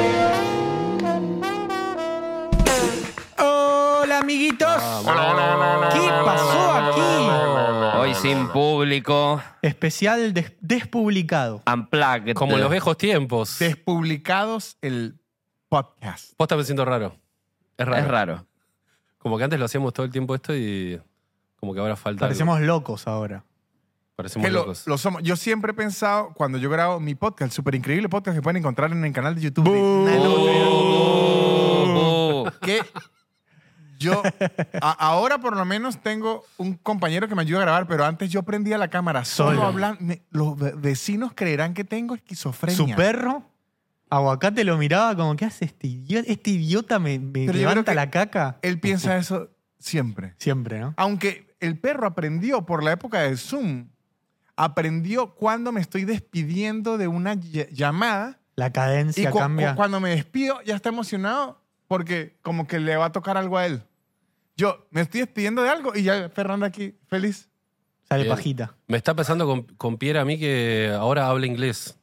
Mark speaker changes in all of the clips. Speaker 1: Ah,
Speaker 2: Ah,
Speaker 3: público,
Speaker 4: Especial des- despublicado.
Speaker 3: unplugged.
Speaker 1: Como en los viejos tiempos.
Speaker 2: Despublicados el podcast.
Speaker 1: Posta me siento raro. Es raro.
Speaker 3: Es raro.
Speaker 1: Como que antes lo hacíamos todo el tiempo esto y como que ahora falta. algo.
Speaker 4: Parecemos locos ahora.
Speaker 1: Parecemos
Speaker 2: Que lo,
Speaker 1: locos.
Speaker 2: lo somos. Yo siempre he pensado, cuando yo grabo mi podcast, súper increíble podcast que pueden encontrar en el canal de YouTube. de
Speaker 3: Oh, oh.
Speaker 2: que yo a- ahora por lo menos tengo un compañero que me ayuda a grabar, pero antes yo prendía la cámara solo,
Speaker 4: Solo.
Speaker 2: hablando. Me- los ve- vecinos creerán que tengo esquizofrenia.
Speaker 4: Su perro, aguacate lo miraba como, ¿qué hace este idiota? Este idiota me, me
Speaker 2: Pero yo creo
Speaker 4: levanta
Speaker 2: que-
Speaker 4: la caca.
Speaker 2: Él piensa eso siempre.
Speaker 4: Siempre, ¿no?
Speaker 2: Aunque el perro aprendió por la época de Zoom, aprendió cuando me estoy despidiendo de una ll- llamada
Speaker 4: La
Speaker 2: y
Speaker 4: cadencia
Speaker 2: cu-
Speaker 4: cambia.
Speaker 2: cu- cuando me despido ya está emocionado porque como que le va a tocar algo a él. Yo me estoy despidiendo de algo y ya Fernanda aquí feliz.
Speaker 4: Sale
Speaker 1: Bien.
Speaker 4: pajita.
Speaker 1: Me está pasando con, con Pierre a mí que ahora habla inglés.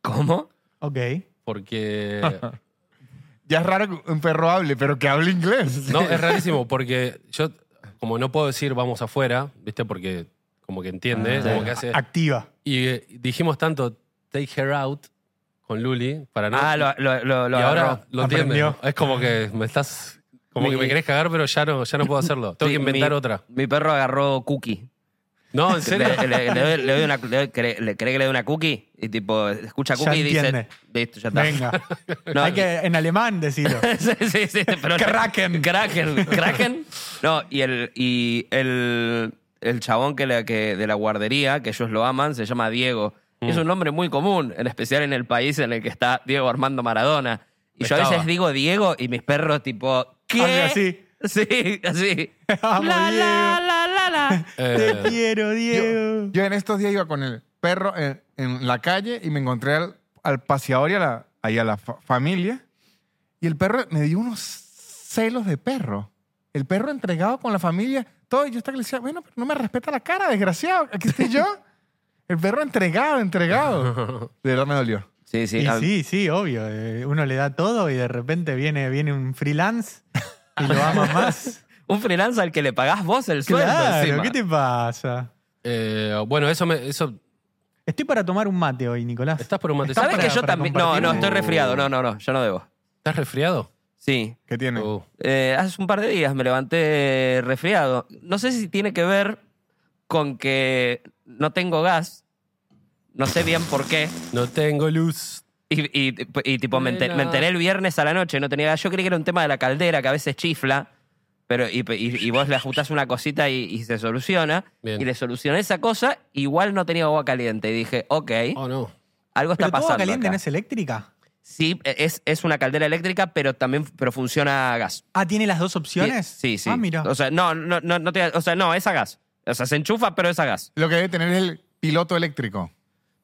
Speaker 3: ¿Cómo?
Speaker 4: Ok.
Speaker 1: Porque.
Speaker 2: Ya es raro que un perro hable, pero que hable inglés.
Speaker 1: No, es rarísimo porque yo, como no puedo decir vamos afuera, ¿viste? Porque como que entiende,
Speaker 3: Ah,
Speaker 1: como
Speaker 3: sí.
Speaker 1: que hace.
Speaker 4: Activa.
Speaker 1: Y eh, dijimos tanto take her out con Luli para no.
Speaker 3: Ah, lo, lo, lo, lo
Speaker 1: y
Speaker 3: agarró.
Speaker 1: ahora lo entiende.
Speaker 4: Aprendió.
Speaker 1: Es como que me estás. Como que
Speaker 3: Mi-
Speaker 1: me querés cagar, pero ya no, ya no puedo hacerlo. Tengo
Speaker 3: Sí,
Speaker 1: que inventar
Speaker 3: mi-
Speaker 1: otra.
Speaker 3: Mi perro agarró cookie.
Speaker 1: No, en serio.
Speaker 3: Le, le- le doy- le doy una- le doy- cree, le- cree que le doy una cookie y tipo, escucha
Speaker 4: Ya
Speaker 3: cookie y dice,
Speaker 4: entiende.
Speaker 3: listo, ya está.
Speaker 4: Venga.
Speaker 3: No,
Speaker 4: Hay que en alemán decirlo.
Speaker 3: sí, sí, sí, pero-
Speaker 4: Kraken.
Speaker 3: Kraken. Kraken. No, y el, y el, el chabón que la- que, de la guardería, que ellos lo aman, se llama Diego. Y Es un nombre muy común, en especial en el país en el que está Diego Armando Maradona. Y yo a
Speaker 1: Estaba.
Speaker 3: veces digo Diego y mis perros tipo, ¿qué?
Speaker 4: Hacen así.
Speaker 3: Sí, así.
Speaker 4: Vamos,
Speaker 3: la, la,
Speaker 4: Diego.
Speaker 3: la, la, la.
Speaker 4: Te
Speaker 1: Eh,
Speaker 4: quiero,
Speaker 2: Yo,
Speaker 4: Diego.
Speaker 2: yo en estos días iba con el perro en, en la calle y me encontré al, al paseador y a la, ahí a la fa- familia. Y el perro me dio unos celos de perro. El perro entregado con la familia, todo. Y yo estaba que le decía, bueno, pero no me respeta la cara, desgraciado. Aquí estoy yo. El perro entregado, entregado. De verdad me dolió.
Speaker 3: Sí, sí.
Speaker 4: Y
Speaker 3: a-
Speaker 4: sí, sí, obvio. Eh, Uno le da todo y de repente viene, viene un freelance y lo ama más.
Speaker 3: Un freelance al que le pagás vos el sueldo.
Speaker 4: claro,
Speaker 3: encima.
Speaker 4: ¿qué te pasa?
Speaker 1: eh, bueno, eso me. Eso,
Speaker 4: Estoy para tomar un mate hoy, Nicolás.
Speaker 1: ¿Estás por un mate?
Speaker 3: ¿Sabes
Speaker 4: para-
Speaker 3: que yo
Speaker 4: para
Speaker 3: también.? No,
Speaker 4: compartir?
Speaker 3: no, estoy resfriado. No, no, no, yo no debo.
Speaker 1: ¿Estás resfriado?
Speaker 3: Sí.
Speaker 2: ¿Qué tiene?
Speaker 1: Oh.
Speaker 3: Eh, hace un par de días me levanté resfriado. No sé si tiene que ver con que no tengo gas. No sé bien por qué.
Speaker 1: No tengo luz.
Speaker 3: Y, y- y, tipo, me, enter-
Speaker 1: Nena.
Speaker 3: me enteré el viernes a la noche, no tenía gas. Yo creí que era un tema de la caldera que a veces chifla, pero y, y- y vos le ajustás una cosita y, y se soluciona.
Speaker 1: Bien.
Speaker 3: Y le solucioné esa cosa, igual no tenía agua caliente. Y dije, ok,
Speaker 1: Oh, no.
Speaker 3: algo está
Speaker 4: ¿Pero tu agua
Speaker 3: pasando.
Speaker 4: caliente
Speaker 3: acá.
Speaker 4: no es eléctrica?
Speaker 3: Sí, e, es, es una caldera eléctrica, pero también pero funciona a gas.
Speaker 4: Ah, ¿tiene las dos opciones?
Speaker 3: Sí, sí.
Speaker 4: Ah, mira.
Speaker 3: O sea, no, no, no, no te- o sea, no, es a gas. O sea, se enchufa, pero es a gas.
Speaker 2: Lo que debe tener es el piloto eléctrico.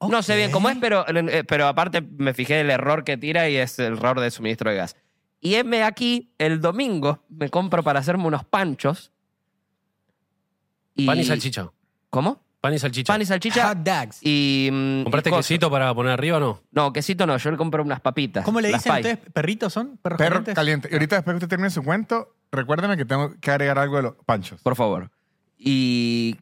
Speaker 3: No sé bien cómo es,
Speaker 4: Ok.
Speaker 3: pero, eh, pero aparte me fijé el error que tira y es el error de suministro de gas. Y heme aquí, el domingo me compro para hacerme unos panchos. Y-
Speaker 1: Pan y salchicha.
Speaker 3: ¿Cómo?
Speaker 1: Pan y salchicha.
Speaker 3: Pan y salchicha.
Speaker 4: Hot dogs.
Speaker 3: Y, mm,
Speaker 1: ¿Compraste
Speaker 3: y cosas.
Speaker 1: quesito para poner arriba o no?
Speaker 3: No, quesito no, yo le compro unas papitas.
Speaker 4: ¿Cómo le
Speaker 3: las
Speaker 4: dicen
Speaker 3: pie.
Speaker 4: ustedes? ¿Perritos son? ¿Perros
Speaker 2: Perro
Speaker 4: calientes?
Speaker 2: caliente. Y ahorita después que usted termine su cuento, recuérdeme que tengo que agregar algo de los panchos.
Speaker 3: Por favor. Y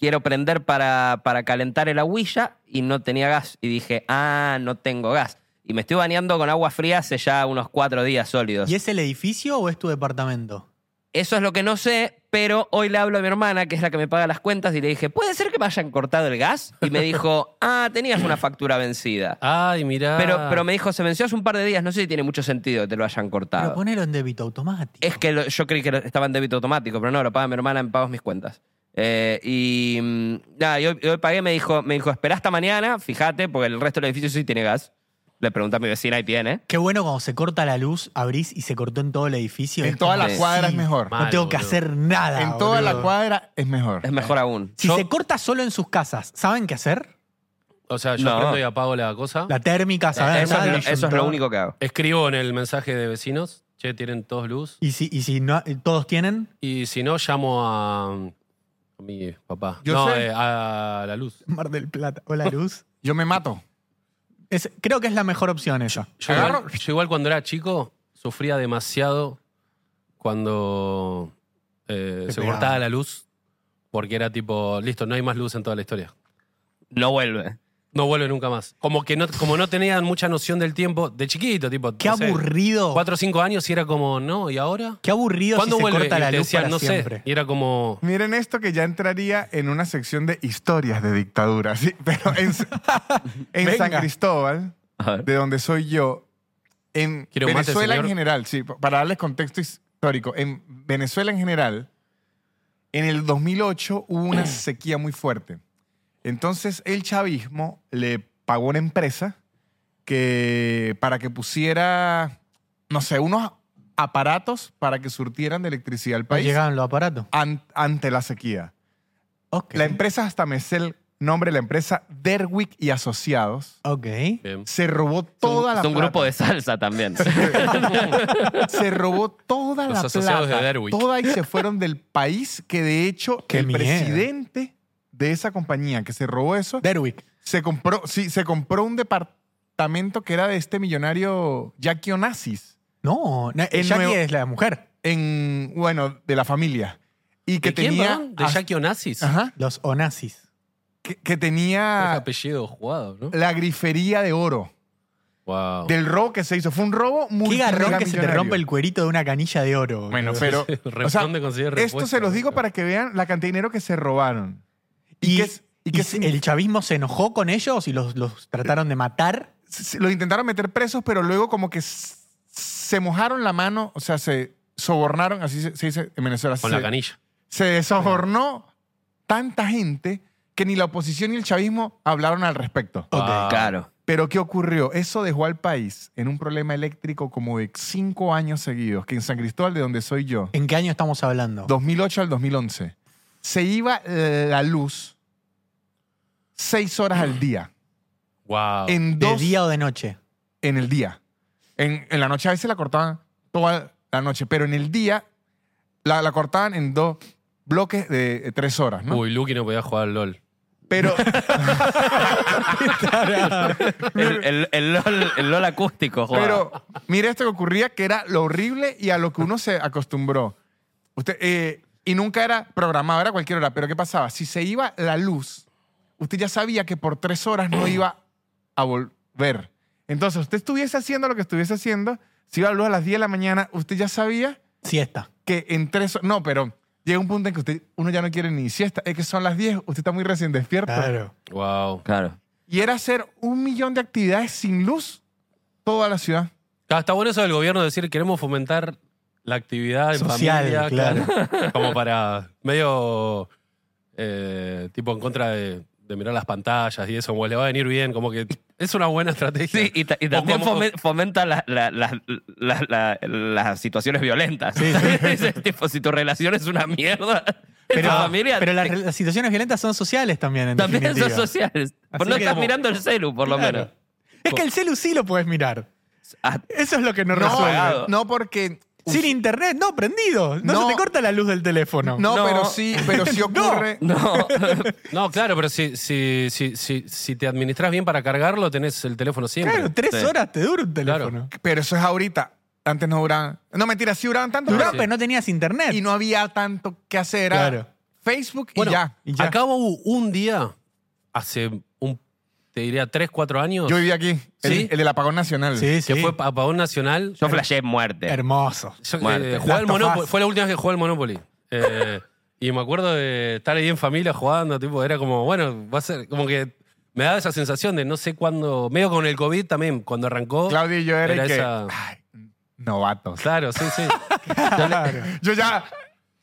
Speaker 3: quiero prender para, para calentar el agüilla y no tenía gas. Y dije, ah, no tengo gas. Y me estoy bañando con agua fría hace ya unos cuatro días sólidos.
Speaker 4: ¿Y es el edificio o es tu departamento?
Speaker 3: Eso es lo que no sé, pero hoy le hablo a mi hermana, que es la que me paga las cuentas, y le dije, ¿puede ser que me hayan cortado el gas? Y me dijo, ah, tenías una factura vencida.
Speaker 4: Ah.
Speaker 1: Ay, mirá.
Speaker 3: Pero, pero me dijo, se venció hace un par de días, no sé si tiene mucho sentido que te lo hayan cortado.
Speaker 4: Pero ponelo en débito automático.
Speaker 3: Es que lo- yo creí que lo- estaba en débito automático, pero no, lo paga mi hermana en pagos mis cuentas. Eh, y mm, nada, yo, yo pagué, me dijo, me dijo, espera hasta mañana, fíjate, porque el resto del edificio sí tiene gas. Le pregunté a mi vecina y tiene.
Speaker 4: Qué bueno cuando se corta la luz, abrís y se cortó en todo el edificio.
Speaker 2: En
Speaker 4: Es
Speaker 2: toda
Speaker 4: como,
Speaker 2: la
Speaker 4: sí,
Speaker 2: cuadra es mejor.
Speaker 4: No
Speaker 1: Mal,
Speaker 4: tengo que
Speaker 1: boludo.
Speaker 4: hacer nada.
Speaker 2: En toda la
Speaker 4: boludo.
Speaker 2: cuadra Ah, es mejor.
Speaker 3: Es mejor aún.
Speaker 4: Si
Speaker 1: Yo-
Speaker 4: se corta solo en sus casas, ¿saben qué hacer?
Speaker 1: O sea, yo
Speaker 3: No.
Speaker 1: prendo y apago la cosa.
Speaker 4: La térmica,
Speaker 2: Ah,
Speaker 4: ¿saben?
Speaker 3: eso, es lo,
Speaker 4: nada,
Speaker 3: eso es lo único que hago.
Speaker 1: Escribo en el mensaje de vecinos. Che, tienen todos luz.
Speaker 4: Y si, y si no, todos tienen,
Speaker 1: Y si no, llamo a, a mi papá.
Speaker 2: Yo
Speaker 1: no,
Speaker 2: sé.
Speaker 1: eh, a la luz.
Speaker 4: Mar del Plata o la luz.
Speaker 2: Yo me mato.
Speaker 4: Es- creo que es la mejor opción esa.
Speaker 1: Yo
Speaker 2: Agarro-
Speaker 1: igual, yo igual cuando era chico sufría demasiado cuando eh,
Speaker 4: Te
Speaker 1: se
Speaker 4: pegaba.
Speaker 1: cortaba la luz. Porque era tipo, listo, no hay más luz en toda la historia.
Speaker 3: No vuelve.
Speaker 1: No vuelve nunca más. Como que no, como no tenían mucha noción del tiempo de chiquito, tipo.
Speaker 4: Qué
Speaker 1: no sé,
Speaker 4: aburrido.
Speaker 1: Cuatro o cinco años y era como, no, ¿y ahora?
Speaker 4: Qué aburrido si
Speaker 1: ¿Cuándo
Speaker 4: se
Speaker 1: vuelve?
Speaker 4: corta
Speaker 1: Y
Speaker 4: la
Speaker 1: te
Speaker 4: luz
Speaker 1: decían,
Speaker 4: para
Speaker 1: no
Speaker 4: siempre.
Speaker 1: sé. Y era como.
Speaker 2: Miren esto que ya entraría en una sección de historias de dictadura, ¿sí? Pero en, en
Speaker 4: Venga.
Speaker 2: San Cristóbal,
Speaker 3: A ver.
Speaker 2: de donde soy yo, en
Speaker 1: Quiero mate,
Speaker 2: Venezuela en
Speaker 1: señor.
Speaker 2: general, sí, pa- para darles contexto histórico, en Venezuela en general, en el 2008 hubo una sequía muy fuerte. Entonces el chavismo le pagó una empresa que para que pusiera, no sé, unos aparatos para que surtieran de electricidad al
Speaker 4: No
Speaker 2: país
Speaker 4: llegaban los aparatos.
Speaker 2: an- ante la sequía.
Speaker 4: Ok.
Speaker 2: La empresa, hasta me sé el nombre de la empresa, Derwick y Asociados,
Speaker 4: Ok.
Speaker 1: Bien.
Speaker 2: se robó toda
Speaker 3: es un,
Speaker 2: la
Speaker 3: es un
Speaker 2: plata.
Speaker 3: grupo de salsa también.
Speaker 2: se robó toda
Speaker 1: Los
Speaker 2: la
Speaker 1: asociados
Speaker 2: plata,
Speaker 1: de Derwick.
Speaker 2: toda y se fueron del país que de hecho
Speaker 4: Qué
Speaker 2: el
Speaker 4: mierda.
Speaker 2: presidente de esa compañía que se robó eso
Speaker 4: Derwick.
Speaker 2: se compró sí se compró un departamento que era de este millonario Jackie Onassis
Speaker 4: No, na-
Speaker 2: El
Speaker 4: Jackie
Speaker 2: nuevo-
Speaker 4: es la mujer.
Speaker 2: en bueno de la familia y que
Speaker 1: ¿De quién,
Speaker 2: tenía
Speaker 1: perdón? ¿De
Speaker 2: as-
Speaker 1: Jackie Onassis?
Speaker 2: ajá,
Speaker 4: Los Onassis.
Speaker 2: que, que
Speaker 1: Ese
Speaker 2: tenía
Speaker 1: Pues apellido jugado, ¿no?
Speaker 2: la grifería de oro
Speaker 1: Wow.
Speaker 2: del robo que se hizo fue un robo muy
Speaker 4: Qué garrón que se te rompe el cuerito de una canilla de oro.
Speaker 2: bueno
Speaker 4: boludo.
Speaker 2: pero o sea,
Speaker 1: Responde, consigue
Speaker 2: esto
Speaker 1: respuesta.
Speaker 2: se los digo para que vean la cantidad de dinero que se robaron
Speaker 4: Y,
Speaker 2: y que es- y
Speaker 4: y
Speaker 2: que
Speaker 4: s-
Speaker 2: es-
Speaker 4: el chavismo se enojó con ellos y los, los trataron de matar.
Speaker 2: se- los intentaron meter presos, pero luego como que s- se mojaron la mano, o sea, se sobornaron, así se, se dice en Venezuela.
Speaker 1: Con
Speaker 2: se,
Speaker 1: la canilla.
Speaker 2: se sobornó tanta gente que ni la oposición ni el chavismo hablaron al respecto.
Speaker 4: Ok.
Speaker 1: Ah.
Speaker 3: claro.
Speaker 2: Pero ¿qué ocurrió? Eso dejó al país en un problema eléctrico como de cinco años seguidos, que en San Cristóbal, de donde soy yo,
Speaker 4: ¿En qué año estamos hablando?
Speaker 2: 2008 al 2011, se iba la luz seis horas al día.
Speaker 1: Wow.
Speaker 2: En
Speaker 4: Ah. ¿De
Speaker 2: dos
Speaker 4: día o de noche?
Speaker 2: en el día. En, en la noche a veces la cortaban toda la noche, pero en el día la, la cortaban en dos bloques de eh, tres horas, ¿no?
Speaker 1: Uy, Lucky no podía jugar al LOL.
Speaker 2: Pero
Speaker 3: El, el, el LOL, el LOL acústico, joder.
Speaker 2: Pero mire esto que ocurría, que era lo horrible y a lo que uno se acostumbró. Usted, eh, y nunca era programado, era cualquier hora. Pero ¿qué pasaba? Si se iba la luz, usted ya sabía que por tres horas no iba a volver. Entonces, usted estuviese haciendo lo que estuviese haciendo, si iba la luz a las 10 de la mañana, usted ya sabía
Speaker 4: Siesta.
Speaker 2: que en tres... ho- No, pero llega un punto en que usted, uno ya no quiere ni siesta. Es que son las 10, usted está muy recién despierto.
Speaker 4: Claro.
Speaker 1: Wow.
Speaker 3: Claro.
Speaker 2: Y era hacer un millón de actividades sin luz toda la ciudad.
Speaker 1: Claro, Está bueno eso del gobierno decir queremos fomentar la actividad en
Speaker 4: Social,
Speaker 1: familia.
Speaker 4: claro.
Speaker 1: Como para medio eh, tipo en contra de, de mirar las pantallas y eso, como le va a venir bien, como que es una buena estrategia.
Speaker 3: Sí, y, ta- y también
Speaker 1: como-
Speaker 3: fome- fomenta la- la- la- la- la- las situaciones violentas. Ese tipo, si tu relación es una mierda, pero,
Speaker 4: Pero,
Speaker 3: tu familia
Speaker 4: pero las,
Speaker 3: te-
Speaker 4: re- las situaciones violentas son sociales también, en
Speaker 3: también son
Speaker 4: definitiva.
Speaker 3: sociales. Pues
Speaker 4: Así
Speaker 3: no
Speaker 4: que-
Speaker 3: estás mirando el celu, por lo
Speaker 4: Claro.
Speaker 3: menos.
Speaker 4: Es que el celu sí lo puedes mirar.
Speaker 3: Ah,
Speaker 4: Eso es lo que no,
Speaker 2: No,
Speaker 4: resuelve.
Speaker 3: apagado.
Speaker 2: no porque...
Speaker 4: Sin internet, no, prendido. No,
Speaker 2: No.
Speaker 4: se te corta la luz del teléfono.
Speaker 2: No,
Speaker 3: No.
Speaker 2: pero sí, pero sí ocurre.
Speaker 3: no,
Speaker 1: No, claro, pero si, si, si, si, si te administras bien para cargarlo, tenés el teléfono siempre.
Speaker 4: Claro, tres
Speaker 3: Sí.
Speaker 4: horas te dura un
Speaker 1: Claro.
Speaker 4: teléfono.
Speaker 2: Pero eso es ahorita. Antes no duraban. No, mentira, sí duraban tanto.
Speaker 4: Duraba,
Speaker 1: sí.
Speaker 4: pero no tenías internet.
Speaker 2: pero- Y no había tanto que hacer. Era
Speaker 4: Claro.
Speaker 2: Facebook y
Speaker 1: Bueno,
Speaker 2: ya.
Speaker 4: y ya.
Speaker 1: Acá hubo un día, hace un, te diría, tres, cuatro años,
Speaker 2: Yo viví aquí. El,
Speaker 1: Sí.
Speaker 2: el del apagón nacional.
Speaker 4: sí, sí.
Speaker 1: que fue apagón nacional.
Speaker 3: yo flashé muerte.
Speaker 4: Hermoso.
Speaker 1: Yo,
Speaker 3: Muerte.
Speaker 1: eh, jugué al
Speaker 2: Last of
Speaker 1: Monopoly.
Speaker 2: Us.
Speaker 1: Fue la última vez que jugué al Monopoly. Eh, y me acuerdo de estar ahí en familia jugando, tipo, era como, bueno, va a ser, como que me daba esa sensación de no sé cuándo, medio con el COVID también, cuando arrancó.
Speaker 2: Claudio y yo era,
Speaker 1: Era
Speaker 2: y que,
Speaker 1: esa-
Speaker 2: ay, novatos.
Speaker 1: Claro, sí, sí.
Speaker 2: Yo ya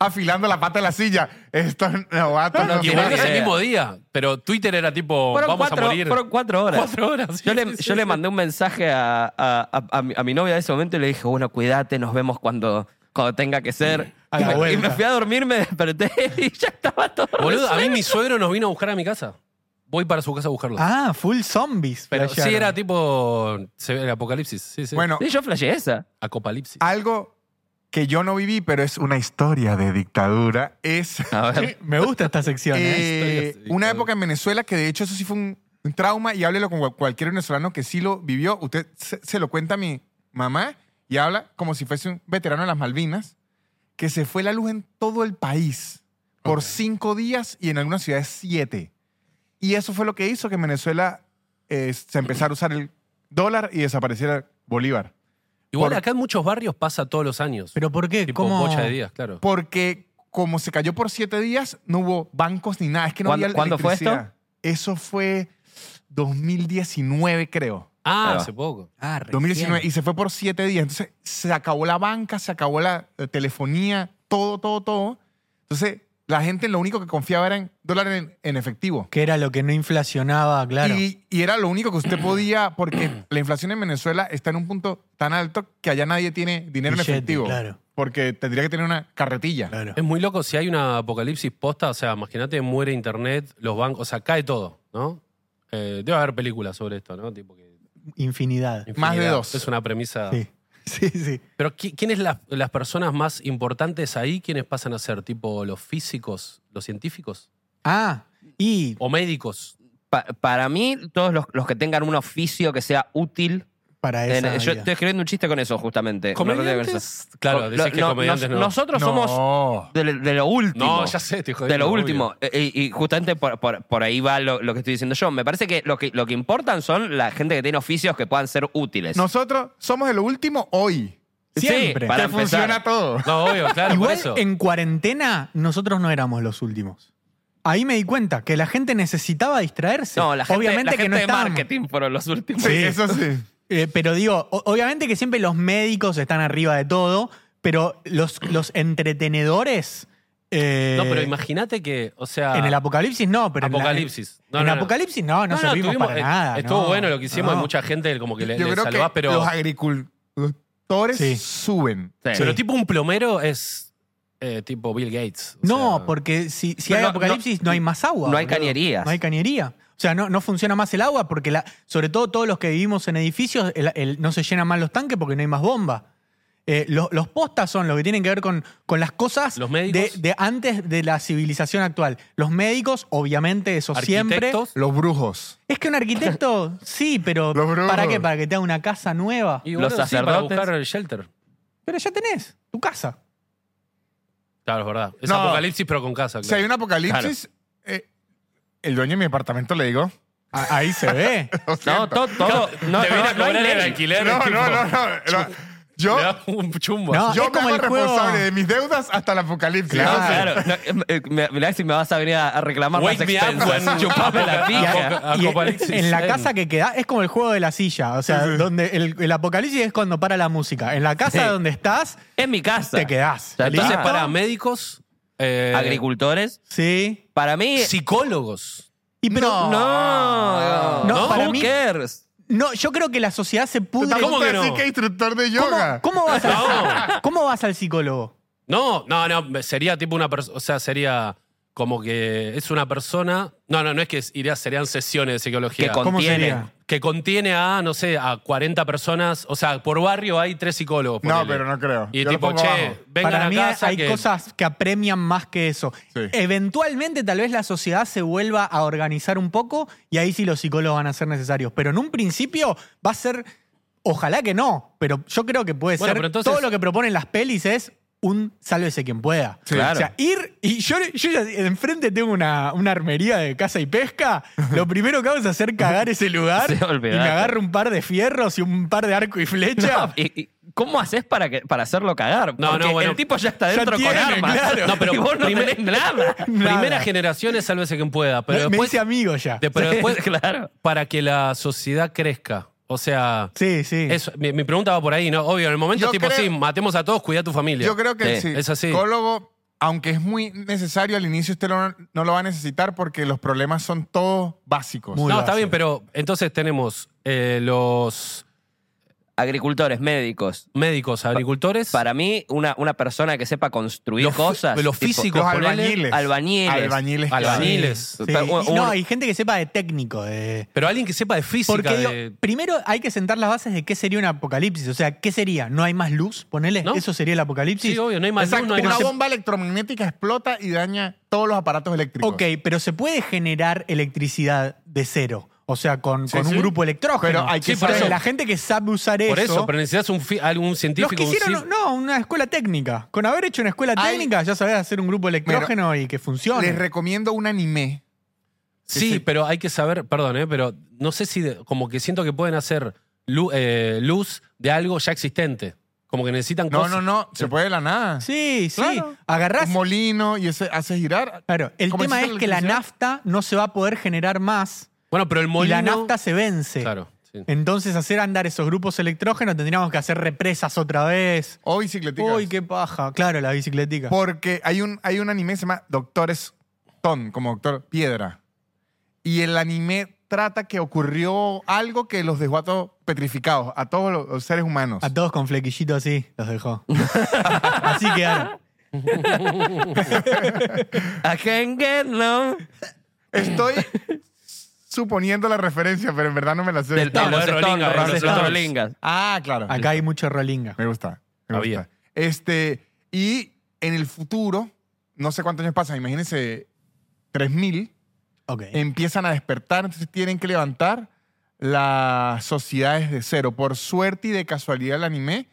Speaker 2: afilando la pata de la silla. Estos novatos. no
Speaker 1: Y
Speaker 3: tiene
Speaker 1: igual
Speaker 2: saben.
Speaker 1: que ese
Speaker 3: idea.
Speaker 1: mismo día, pero Twitter era tipo,
Speaker 3: Eh, Fueron
Speaker 1: vamos
Speaker 3: cuatro,
Speaker 1: a morir.
Speaker 3: fueron cuatro horas.
Speaker 1: Cuatro horas, sí,
Speaker 3: yo le,
Speaker 1: sí, sí,
Speaker 3: yo le
Speaker 1: sí.
Speaker 3: mandé un mensaje a, a- a- a mi, a mi novia de ese momento y le dije, bueno, cuídate, nos vemos cuando, cuando tenga que ser.
Speaker 4: A
Speaker 3: y,
Speaker 4: la
Speaker 3: me, y
Speaker 4: vuelta.
Speaker 3: me fui a dormir, me desperté y ya estaba todo.
Speaker 1: Boludo, a
Speaker 3: resuelto.
Speaker 1: mí mi suegro nos vino a buscar a mi casa. Voy para su casa a buscarlo.
Speaker 4: Ah, full zombies.
Speaker 1: pero
Speaker 4: flashearon.
Speaker 1: sí era tipo, se ve el apocalipsis, sí, sí.
Speaker 2: Bueno,
Speaker 3: Sí, yo flashé esa.
Speaker 1: Acopalipsis.
Speaker 2: algo que yo no viví, pero es una historia de dictadura, es
Speaker 3: A ver.
Speaker 4: Me gusta esta sección. ¿eh?
Speaker 2: Eh,
Speaker 1: Historias de
Speaker 2: una
Speaker 1: dictadura.
Speaker 2: época en Venezuela que de hecho eso sí fue un, un trauma y háblelo con cual- cualquier venezolano que sí lo vivió. Usted se, se lo cuenta a mi mamá y habla como si fuese un veterano de las Malvinas, que se fue la luz en todo el país. por cinco días y en algunas ciudades siete. Y eso fue lo que hizo que en Venezuela eh, se empezara a usar el dólar y desapareciera el bolívar.
Speaker 1: Igual
Speaker 2: Por-
Speaker 1: acá en muchos barrios pasa todos los años.
Speaker 4: ¿Pero por qué?
Speaker 1: tipo
Speaker 4: ¿Cómo?
Speaker 1: bocha de días, claro.
Speaker 2: Porque como se cayó por siete días, no hubo bancos ni nada. Es que no
Speaker 3: ¿Cuándo-
Speaker 2: había
Speaker 3: cuándo fue esto?
Speaker 2: electricidad. Eso fue 2019, creo.
Speaker 1: Ah,
Speaker 3: Ahí va.
Speaker 1: hace poco.
Speaker 4: Ah, recién.
Speaker 2: 2019 y se fue por siete días. Entonces se acabó la banca, se acabó la eh, telefonía, todo, todo, todo. Entonces la gente lo único que confiaba era en dólares en, en efectivo.
Speaker 4: Que era lo que no inflacionaba, claro.
Speaker 2: Y, y era lo único que usted podía, porque la inflación en Venezuela está en un punto tan alto que allá nadie tiene dinero
Speaker 4: Billete,
Speaker 2: en efectivo.
Speaker 4: claro.
Speaker 2: Porque tendría que tener una carretilla.
Speaker 4: Claro.
Speaker 1: Es muy loco si hay una apocalipsis posta, o sea, imagínate, muere internet, los bancos, o sea, cae todo, ¿no? Eh, debe haber películas sobre esto, ¿no? Tipo que
Speaker 4: Infinidad.
Speaker 2: Más de
Speaker 1: infinidad.
Speaker 2: dos.
Speaker 1: Es una premisa.
Speaker 4: Sí. Sí, sí.
Speaker 1: Pero ¿qui- ¿quiénes las, las personas más importantes ahí? ¿Quiénes pasan a ser? ¿Tipo los físicos, los científicos?
Speaker 4: Ah, y
Speaker 1: ¿O médicos?
Speaker 3: Pa- para mí, todos los, los que tengan un oficio que sea útil.
Speaker 4: para
Speaker 3: en-
Speaker 4: esa
Speaker 3: yo
Speaker 4: vida.
Speaker 3: estoy escribiendo un chiste con eso, justamente.
Speaker 1: ¿Comediantes? Claro, decís que
Speaker 3: No,
Speaker 1: comediantes
Speaker 3: nos-
Speaker 1: no.
Speaker 3: Nosotros
Speaker 2: No.
Speaker 3: somos de, de lo último.
Speaker 1: No, ya sé, te jodí.
Speaker 3: De lo último. Eh, Y, y justamente por, por- por ahí va lo, lo que estoy diciendo yo. Me parece que lo, que lo que importan son la gente que tiene oficios que puedan ser útiles.
Speaker 2: Nosotros somos de lo último hoy.
Speaker 3: Sí,
Speaker 4: Siempre.
Speaker 3: para
Speaker 2: que
Speaker 3: empezar.
Speaker 2: funciona todo.
Speaker 1: No, obvio, claro, por
Speaker 4: Igual
Speaker 1: eso.
Speaker 4: en cuarentena nosotros no éramos los últimos. Ahí me di cuenta que la gente necesitaba distraerse.
Speaker 3: No, la gente, la
Speaker 4: obviamente que
Speaker 3: gente
Speaker 4: no
Speaker 3: de
Speaker 4: estábamos.
Speaker 3: marketing fueron los últimos.
Speaker 2: Sí, eso sí.
Speaker 4: Eh, pero digo, o- obviamente que siempre los médicos están arriba de todo, pero los, los entretenedores. eh,
Speaker 1: no, pero imagínate que, o sea.
Speaker 4: En el apocalipsis no, pero en la-
Speaker 1: Apocalipsis. No,
Speaker 4: en
Speaker 1: no, no.
Speaker 4: apocalipsis no, no, servimos
Speaker 1: tuvimos-
Speaker 4: para
Speaker 1: eh,
Speaker 4: nada.
Speaker 1: Estuvo
Speaker 4: no,
Speaker 1: bueno lo que hicimos,
Speaker 4: no.
Speaker 1: hay mucha gente como que le,
Speaker 2: Yo
Speaker 1: le
Speaker 2: creo
Speaker 1: salvás,
Speaker 2: que
Speaker 1: pero.
Speaker 2: los agricultores
Speaker 4: Sí.
Speaker 2: suben.
Speaker 3: Sí.
Speaker 1: Pero tipo un plomero es eh, tipo Bill Gates. o
Speaker 4: No,
Speaker 1: sea,
Speaker 4: porque si, si
Speaker 3: No,
Speaker 4: hay
Speaker 3: no,
Speaker 4: apocalipsis no, hay más agua.
Speaker 3: no hay
Speaker 4: boludo.
Speaker 3: cañerías.
Speaker 4: No hay cañería. O sea, no, no funciona más el agua porque, la, sobre todo todos los que vivimos en edificios, el- el- no se llenan más los tanques porque no hay más bomba. Eh, lo- los postas son los que tienen que ver con, con las cosas
Speaker 1: ¿Los
Speaker 4: de,
Speaker 1: médicos?
Speaker 4: de antes de la civilización actual. Los médicos, obviamente, eso siempre.
Speaker 1: arquitectos.
Speaker 2: Los brujos.
Speaker 4: Es que un arquitecto, sí, pero
Speaker 2: Los brujos.
Speaker 4: ¿para qué? Para que te haga una casa nueva.
Speaker 1: Y
Speaker 3: Los
Speaker 1: bueno, sí, para
Speaker 3: sacerdotes.
Speaker 1: buscar el shelter.
Speaker 4: Pero ya tenés tu casa.
Speaker 1: Claro, es verdad. Es
Speaker 2: No.
Speaker 1: apocalipsis, pero con casa.
Speaker 2: Si
Speaker 1: claro.
Speaker 2: hay un apocalipsis, eh, el dueño de mi apartamento le digo.
Speaker 4: A- Ahí se ve.
Speaker 2: "Lo
Speaker 3: No,
Speaker 2: siento".
Speaker 3: todo. todo no, no, no
Speaker 1: Te viene a
Speaker 3: hay
Speaker 1: cobrar el
Speaker 3: ley.
Speaker 1: alquiler.
Speaker 2: no,
Speaker 1: tipo,
Speaker 2: no, no, no, no. Yo,
Speaker 1: Le da un chumbo.
Speaker 4: No,
Speaker 2: yo
Speaker 4: es
Speaker 2: me
Speaker 4: como
Speaker 2: hago
Speaker 4: el juego-
Speaker 2: responsable de mis deudas hasta el apocalipsis.
Speaker 3: No,
Speaker 4: Claro.
Speaker 3: claro. No, eh, eh, mirá si me vas a venir a, a reclamar
Speaker 1: Wake
Speaker 3: las
Speaker 1: me up
Speaker 3: expensas.
Speaker 1: when-
Speaker 3: Chupame la
Speaker 1: Y a-
Speaker 3: pija.
Speaker 1: Apoca-
Speaker 4: Y en-
Speaker 1: Apocalipsis. eh.
Speaker 4: en la
Speaker 1: Zen.
Speaker 4: casa que queda es como el juego de la silla, o sea, donde el, el apocalipsis es cuando para la música. En la casa
Speaker 3: Sí.
Speaker 4: donde estás,
Speaker 3: Es mi casa.
Speaker 4: te quedás.
Speaker 3: Ya está.
Speaker 1: Entonces,
Speaker 4: ¿Listo?
Speaker 1: para médicos, eh,
Speaker 3: Agricultores.
Speaker 4: Sí.
Speaker 3: Para mí.
Speaker 1: psicólogos.
Speaker 4: Y pero-
Speaker 3: No. Ah. No,
Speaker 4: No, para
Speaker 3: who
Speaker 4: mí-
Speaker 3: cares?
Speaker 4: no, yo creo que la sociedad se pudre.
Speaker 1: ¿Cómo
Speaker 2: ¿Cómo
Speaker 1: que
Speaker 2: que
Speaker 1: no?
Speaker 2: que instructor de
Speaker 4: ¿Cómo,
Speaker 2: yoga.
Speaker 4: cómo vas al, ¿Cómo vas al psicólogo?
Speaker 1: No, no, no. Sería tipo una persona. O sea, sería como que es una persona. No, no, no es que es- iría, serían sesiones de psicología.
Speaker 3: Que
Speaker 4: ¿Cómo
Speaker 3: Contiene.
Speaker 4: sería?
Speaker 1: que contiene a, no sé, a 40 personas. O sea, por barrio hay tres psicólogos.
Speaker 2: No,
Speaker 1: ponele.
Speaker 2: pero no creo.
Speaker 1: Y
Speaker 2: Yo lo
Speaker 1: tipo,
Speaker 2: pongo
Speaker 1: che,
Speaker 2: abajo.
Speaker 1: vengan
Speaker 4: para
Speaker 1: a
Speaker 4: mí
Speaker 1: casa.
Speaker 4: hay
Speaker 1: que-
Speaker 4: cosas que apremian más que eso.
Speaker 2: Sí.
Speaker 4: Eventualmente tal vez la sociedad se vuelva a organizar un poco y ahí sí los psicólogos van a ser necesarios. Pero en un principio va a ser, ojalá que no, pero yo creo que puede
Speaker 1: Bueno,
Speaker 4: ser.
Speaker 1: pero entonces-
Speaker 4: todo lo que proponen las pelis es un sálvese quien pueda.
Speaker 3: Sí. Claro.
Speaker 4: O sea, ir y yo, yo ya enfrente tengo una, una armería de caza y pesca. Lo primero que hago es hacer cagar ese lugar
Speaker 3: Sí,
Speaker 4: y
Speaker 3: olvidate.
Speaker 4: me agarro un par de fierros y un par de arco y flecha.
Speaker 3: No, y- y ¿Cómo haces para, que, para hacerlo cagar?
Speaker 1: No,
Speaker 3: Porque
Speaker 1: no, bueno.
Speaker 3: el tipo ya está
Speaker 4: Ya
Speaker 3: dentro
Speaker 4: tiene,
Speaker 3: con armas.
Speaker 4: claro.
Speaker 3: No, pero
Speaker 1: Y vos no
Speaker 3: primer-
Speaker 1: tenés
Speaker 3: nada.
Speaker 4: Nada.
Speaker 1: Primera generación es sálvese quien pueda. Pero
Speaker 4: me, me
Speaker 1: después,
Speaker 4: hice amigo ya.
Speaker 1: de- pero después
Speaker 3: claro.
Speaker 1: para que la sociedad crezca. O sea,
Speaker 4: Sí, sí.
Speaker 1: eso- mi, mi pregunta va por ahí, ¿no? Obvio, en el momento
Speaker 2: Yo
Speaker 1: tipo,
Speaker 2: creo-
Speaker 1: sí, matemos a todos, cuida a tu familia.
Speaker 2: Yo creo que
Speaker 3: Sí,
Speaker 2: el
Speaker 1: es así.
Speaker 2: psicólogo, aunque es muy necesario, al inicio usted lo- no lo va a necesitar porque los problemas son todos básicos.
Speaker 4: Muy
Speaker 1: no, está
Speaker 4: básico.
Speaker 1: bien, pero entonces tenemos eh, los
Speaker 3: Agricultores, médicos.
Speaker 1: médicos, agricultores,
Speaker 3: Para mí, una, una persona que sepa construir
Speaker 1: Los fi-
Speaker 3: cosas.
Speaker 1: los físicos,
Speaker 2: Los
Speaker 1: ponele,
Speaker 2: albañiles.
Speaker 3: albañiles.
Speaker 2: Albañiles. claro.
Speaker 1: albañiles.
Speaker 4: Sí,
Speaker 3: Pero,
Speaker 4: y
Speaker 3: un-
Speaker 4: no,
Speaker 3: un-
Speaker 4: hay gente que sepa de técnico. de-
Speaker 1: Pero alguien que sepa de física.
Speaker 4: porque digo,
Speaker 1: de-
Speaker 4: primero hay que sentar las bases de qué sería un apocalipsis. O sea, ¿qué sería? ¿No hay más luz? Ponele,
Speaker 1: ¿No?
Speaker 4: eso sería el apocalipsis.
Speaker 1: sí, obvio, no hay más luz,
Speaker 2: Exacto,
Speaker 1: no hay
Speaker 2: una
Speaker 1: más-
Speaker 2: bomba electromagnética explota y daña todos los aparatos eléctricos.
Speaker 4: ok, pero se puede generar electricidad de cero. O sea, con,
Speaker 2: Sí,
Speaker 4: con un
Speaker 2: sí.
Speaker 4: grupo electrógeno.
Speaker 2: Pero hay que
Speaker 4: Sí, por
Speaker 1: saber-
Speaker 4: eso, La gente que sabe usar
Speaker 1: Por
Speaker 4: eso.
Speaker 1: eso, pero necesitas un fi- algún
Speaker 4: los
Speaker 1: científico.
Speaker 4: que
Speaker 1: un
Speaker 4: hicieron,
Speaker 1: cir-
Speaker 4: no, una escuela técnica. Con haber hecho una escuela
Speaker 2: Hay-
Speaker 4: técnica ya sabés hacer un grupo electrógeno y que funcione.
Speaker 2: Les recomiendo un anime.
Speaker 1: sí,
Speaker 2: sí.
Speaker 1: pero hay que saber, perdón, eh, pero no sé si, de- como que siento que pueden hacer lu- eh, luz de algo ya existente. Como que necesitan
Speaker 2: No,
Speaker 1: cosas.
Speaker 2: no, no. Se puede de la nada.
Speaker 4: sí, sí.
Speaker 2: Claro.
Speaker 4: Agarrás.
Speaker 2: Un molino y ese hace girar.
Speaker 4: Claro, el
Speaker 2: ¿Cómo
Speaker 4: tema es
Speaker 2: existe la
Speaker 4: que la
Speaker 2: electricidad?
Speaker 4: nafta no se va a poder generar más.
Speaker 1: Bueno, pero el molino.
Speaker 4: Y la nafta se vence.
Speaker 1: Claro. sí.
Speaker 4: Entonces, hacer andar esos grupos electrógenos tendríamos que hacer represas otra vez.
Speaker 2: O bicicletica.
Speaker 4: Uy, qué paja. Claro, la bicicletica.
Speaker 2: Porque hay un, hay un anime que se llama Doctores Ton, como Doctor Piedra. Y el anime trata que ocurrió algo que los dejó a todos petrificados, a todos los- los seres humanos.
Speaker 4: A todos con flequillito así los dejó. así quedaron.
Speaker 3: I can't get no.
Speaker 2: Estoy suponiendo la referencia, pero en verdad no me la sé.
Speaker 3: Del- de
Speaker 1: No,
Speaker 3: los
Speaker 1: de Rolinga,
Speaker 3: Stones,
Speaker 1: de los
Speaker 3: de los
Speaker 1: Stones.
Speaker 3: Rolingas.
Speaker 2: ah, claro.
Speaker 4: Acá hay mucho rolinga.
Speaker 2: Me gusta. Me
Speaker 1: Había.
Speaker 2: gusta. Este, y en el futuro, no sé cuántos años pasan, imagínense 3000,
Speaker 4: Ok.
Speaker 2: empiezan a despertar, entonces tienen que levantar las sociedades de cero. Por suerte y de casualidad el anime,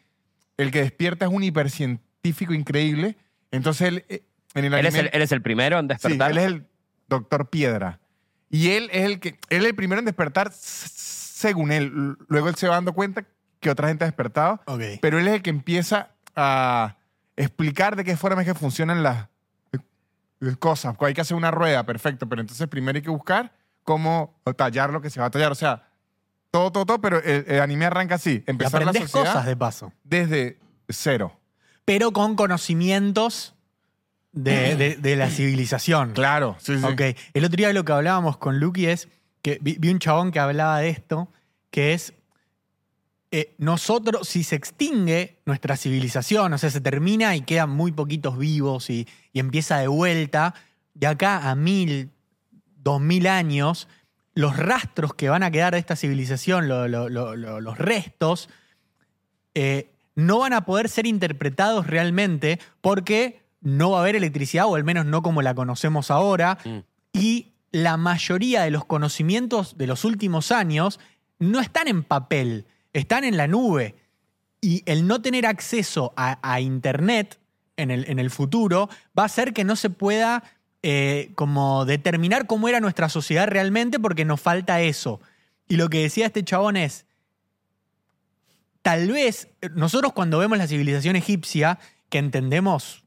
Speaker 2: el que despierta es un hipercientífico increíble. Entonces él, eh, en el
Speaker 3: Él
Speaker 2: anime...
Speaker 3: es, el, él es el primero en
Speaker 2: sí,
Speaker 3: despertar.
Speaker 2: él es el doctor Piedra. Y él es el que... Él es el primero en despertar, s- según él. Luego él se va dando cuenta que otra gente ha despertado
Speaker 4: Ok.
Speaker 2: pero él es el que empieza a explicar de qué forma es que funcionan las las cosas. Pues Hay que hacer una rueda, perfecto, pero entonces primero hay que buscar cómo tallar lo que se va a tallar. O sea, todo, todo, todo, pero el, el anime arranca así.
Speaker 4: Y
Speaker 2: Empezar la
Speaker 4: aprendés
Speaker 2: sociedad
Speaker 4: cosas de paso.
Speaker 2: desde cero.
Speaker 4: Pero con conocimientos de, de- de la civilización.
Speaker 2: Claro, sí, sí.
Speaker 4: Ok. El otro día lo que hablábamos con Lucky es que vi, vi un chabón que hablaba de esto, que es eh, nosotros, si se extingue nuestra civilización, o sea, se termina y quedan muy poquitos vivos y, y empieza de vuelta, de acá a mil, dos mil años, los rastros que van a quedar de esta civilización, lo- lo- lo- lo- los restos, eh, no van a poder ser interpretados realmente porque no va a haber electricidad, o al menos no como la conocemos ahora,
Speaker 1: Mm.
Speaker 4: y la mayoría de los conocimientos de los últimos años no están en papel, están en la nube. Y el no tener acceso a, a Internet en el, en el futuro va a hacer que no se pueda eh, como determinar cómo era nuestra sociedad realmente porque nos falta eso. Y lo que decía este chabón es, tal vez eh, nosotros cuando vemos la civilización egipcia, que entendemos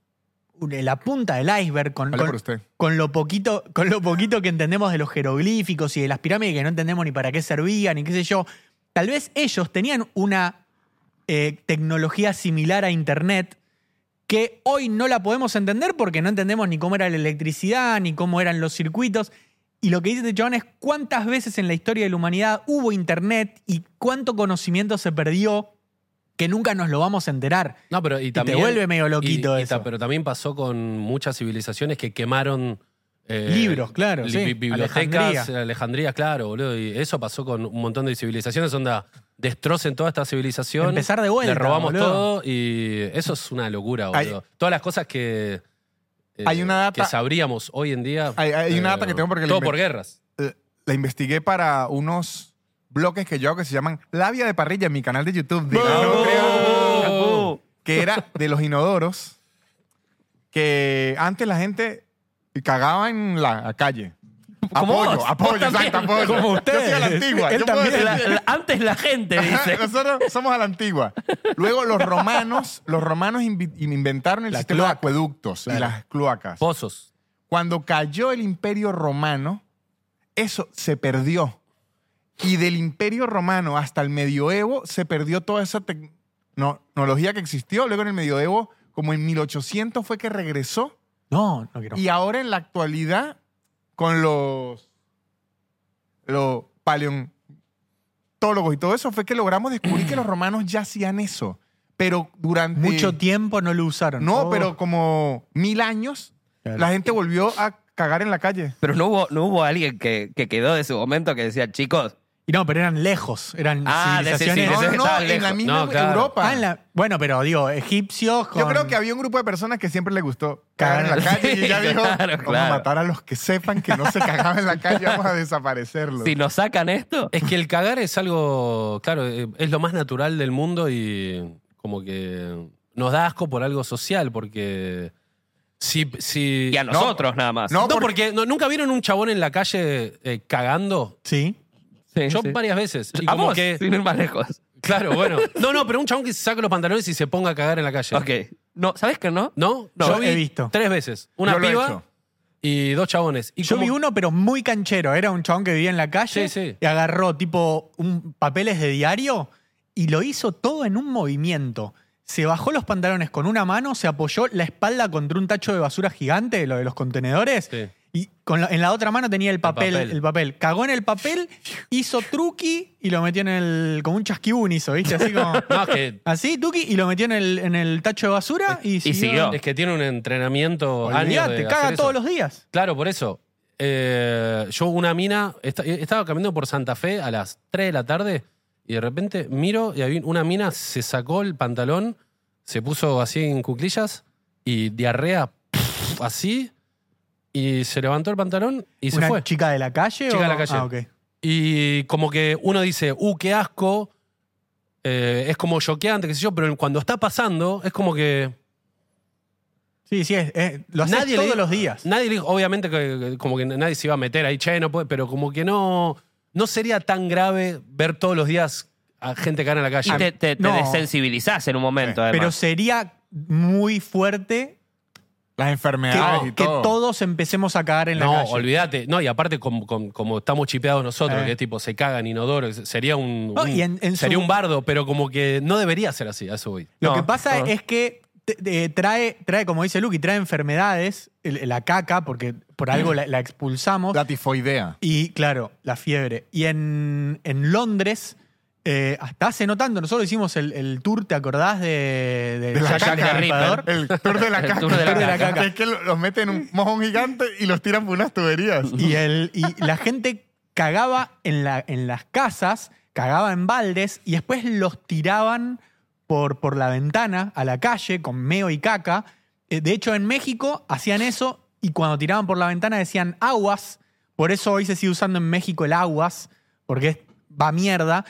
Speaker 4: un- la punta del iceberg con,
Speaker 2: Hable
Speaker 4: con-
Speaker 2: por usted.
Speaker 4: con lo poquito, con lo poquito que entendemos de los jeroglíficos y de las pirámides que no entendemos ni para qué servían y qué sé yo, tal vez ellos tenían una eh, tecnología similar a Internet que hoy no la podemos entender porque no entendemos ni cómo era la electricidad, ni cómo eran los circuitos. Y lo que dice este chabón es cuántas veces en la historia de la humanidad hubo Internet y cuánto conocimiento se perdió que nunca nos lo vamos a enterar.
Speaker 1: No, pero y
Speaker 4: te
Speaker 1: también.
Speaker 4: vuelve medio loquito
Speaker 1: y- y ta-
Speaker 4: eso.
Speaker 1: pero también pasó con muchas civilizaciones que quemaron. eh,
Speaker 4: Libros, claro,
Speaker 1: li-
Speaker 4: sí.
Speaker 1: bi- Bibliotecas,
Speaker 4: Alejandría.
Speaker 1: Alejandría. claro, boludo. Y eso pasó con un montón de civilizaciones. Onda, destrocen toda esta civilización.
Speaker 4: Empezar de vuelta,
Speaker 1: Le robamos
Speaker 4: boludo.
Speaker 1: todo y eso es una locura,
Speaker 2: Hay-
Speaker 1: boludo. Todas las cosas que. eh,
Speaker 2: Hay una data-
Speaker 1: Que sabríamos hoy en día. eh,
Speaker 2: Hay- hay una data que tengo porque la
Speaker 1: Todo
Speaker 2: inven-
Speaker 1: por guerras.
Speaker 2: Eh, La investigué para unos bloques que yo hago que se llaman Labia de Parrilla en mi canal de YouTube. de la
Speaker 1: ¡Vamos!
Speaker 2: Nutria. que era de los inodoros que antes la gente cagaba en la calle.
Speaker 3: Como
Speaker 2: apoyo,
Speaker 3: vos,
Speaker 2: apoyo,
Speaker 3: vos
Speaker 2: exacto,
Speaker 3: también.
Speaker 2: apoyo.
Speaker 4: Como
Speaker 2: Yo soy a la
Speaker 4: ustedes.
Speaker 2: antigua.
Speaker 4: Él
Speaker 2: yo puedo
Speaker 4: también.
Speaker 3: La-
Speaker 2: decir-
Speaker 3: la- antes la gente dice.
Speaker 2: Nosotros somos a la antigua. Luego los romanos, los romanos invi- inventaron el
Speaker 4: La
Speaker 2: sistema de
Speaker 4: cloaca.
Speaker 2: acueductos y
Speaker 4: Claro.
Speaker 2: las cloacas.
Speaker 1: Pozos.
Speaker 2: Cuando cayó el imperio romano, eso se perdió. Y del imperio romano hasta el medioevo se perdió toda esa tec- no- tecnología que existió. Luego en el medioevo, como en 1800 fue que regresó.
Speaker 4: No, no quiero.
Speaker 2: Y ahora en la actualidad, con los, los paleontólogos y todo eso, fue que logramos descubrir que los romanos ya hacían eso. Pero durante...
Speaker 4: Mucho tiempo no lo usaron.
Speaker 2: eh, No,
Speaker 4: Oh.
Speaker 2: pero como mil años,
Speaker 4: Claro.
Speaker 2: la gente volvió a cagar en la calle.
Speaker 3: Pero no hubo, no hubo alguien que, que quedó de su momento que decía, chicos,
Speaker 4: Y no, pero eran lejos, eran
Speaker 3: Ah, de ese
Speaker 4: civilizaciones.
Speaker 3: sí, de
Speaker 2: No,
Speaker 3: ese-
Speaker 2: no,
Speaker 3: estaba
Speaker 2: en
Speaker 3: lejos.
Speaker 2: la misma
Speaker 1: No, claro.
Speaker 2: Europa.
Speaker 4: Ah, en la- bueno, pero digo, egipcios con...
Speaker 2: Yo creo que había un grupo de personas que siempre le gustó
Speaker 4: Cagar
Speaker 2: cagar en la
Speaker 4: en la-
Speaker 2: calle y ya
Speaker 3: Sí,
Speaker 2: dijo,
Speaker 3: claro,
Speaker 2: vamos
Speaker 3: claro.
Speaker 2: a matar a los que sepan que no se cagaban en la calle, vamos a desaparecerlos.
Speaker 3: Si nos sacan esto,
Speaker 1: Es que el cagar es algo, claro, eh, es lo más natural del mundo y como que nos da asco por algo social, porque si... si
Speaker 3: y a nosotros nada más.
Speaker 2: no,
Speaker 1: no, porque no- nunca vieron un chabón en la calle eh, cagando.
Speaker 4: Sí.
Speaker 3: Sí,
Speaker 1: Yo
Speaker 3: sí.
Speaker 1: varias veces. Y
Speaker 3: a
Speaker 1: como
Speaker 3: vos,
Speaker 1: que,
Speaker 3: sin ir más lejos.
Speaker 1: Claro, bueno. No, no, pero un chabón que se saca los pantalones y se ponga a cagar en la calle.
Speaker 3: Ok. No, ¿sabes que no?
Speaker 1: ¿No?
Speaker 4: No,
Speaker 1: Yo
Speaker 4: he
Speaker 1: vi
Speaker 4: visto.
Speaker 1: tres veces. Una
Speaker 2: Yo lo he
Speaker 1: piba
Speaker 2: hecho.
Speaker 1: y dos chabones. Y
Speaker 4: Yo
Speaker 1: como-
Speaker 4: vi uno, pero muy canchero. Era un chabón que vivía en la calle
Speaker 1: Sí, sí.
Speaker 4: y agarró tipo un papeles de diario y lo hizo todo en un movimiento. Se bajó los pantalones con una mano, se apoyó la espalda contra un tacho de basura gigante, lo de los contenedores,
Speaker 1: Sí.
Speaker 4: y con la- en la otra mano tenía el papel, el
Speaker 1: papel.
Speaker 4: papel. Cagó en el papel, hizo truqui y lo metió en el. como un chasquibún hizo, ¿viste? Así como.
Speaker 1: No, es que,
Speaker 4: así, truqui, y lo metió en el, en el tacho de basura y,
Speaker 3: siguió.
Speaker 1: es que tiene un entrenamiento años de
Speaker 4: Olvídate,
Speaker 1: hacer
Speaker 4: caga
Speaker 1: eso.
Speaker 4: todos los días.
Speaker 1: Claro, por eso. Eh, yo una mina, esta- eh, estaba caminando por Santa Fe a las 3 de la tarde y de repente miro y había una mina se sacó el pantalón, se puso así en cuclillas y diarrea pf, así y se levantó el pantalón y se
Speaker 4: ¿Una
Speaker 1: fue.
Speaker 4: chica de la calle?
Speaker 1: Chica
Speaker 4: o-
Speaker 1: de la calle.
Speaker 4: Ah, ok.
Speaker 1: Y como que uno dice, uh, qué asco, eh, es como choqueante, qué sé yo, pero cuando está pasando es como que...
Speaker 4: Sí, sí, es, es- lo haces
Speaker 1: Nadie le
Speaker 4: todos
Speaker 1: di-
Speaker 4: los días.
Speaker 1: Nadie le dijo, obviamente, que, que- como que nadie se iba a meter ahí, che, no puede, pero como que no, no sería tan grave ver todos los días a gente caer en la
Speaker 3: Y
Speaker 1: calle.
Speaker 3: te, te, te
Speaker 4: no.
Speaker 3: desensibilizás en un momento,
Speaker 4: Pero
Speaker 3: además.
Speaker 4: sería muy fuerte
Speaker 2: Las
Speaker 4: que,
Speaker 2: enfermedades Ah, y
Speaker 4: que
Speaker 2: todo.
Speaker 4: todos empecemos a cagar en
Speaker 1: no,
Speaker 4: la calle.
Speaker 1: olvídate. No, y aparte, como, como- como estamos chipeados nosotros,
Speaker 4: Eh.
Speaker 1: que tipo se cagan inodoro, sería un,
Speaker 4: No,
Speaker 1: un-
Speaker 4: y en- en
Speaker 1: sería
Speaker 4: su-
Speaker 1: un bardo, pero como que no debería ser así, a eso voy.
Speaker 4: Lo
Speaker 3: No,
Speaker 4: que pasa
Speaker 3: no.
Speaker 4: es que te- te- trae, trae, como dice Lucky, trae enfermedades, el- la caca, porque por algo la, la expulsamos.
Speaker 2: La tifoidea.
Speaker 4: Y claro, la fiebre. Y en, en Londres, eh, hasta hace no tanto, nosotros hicimos el, el tour, ¿te acordás? De, de
Speaker 2: De la
Speaker 4: Jack el
Speaker 2: caca.
Speaker 4: Destripador.
Speaker 2: El tour de la
Speaker 3: El
Speaker 2: caca.
Speaker 3: tour de la
Speaker 4: caca.
Speaker 2: Es que los meten en un mojón gigante y los tiran por unas tuberías.
Speaker 4: Y, el, y la gente cagaba en, la, en las casas, cagaba en baldes y después los tiraban por, por la ventana a la calle con meo y caca. Eh, De hecho, en México hacían eso y cuando tiraban por la ventana decían aguas. Por eso hoy se sigue usando en México el aguas, porque es- va a mierda.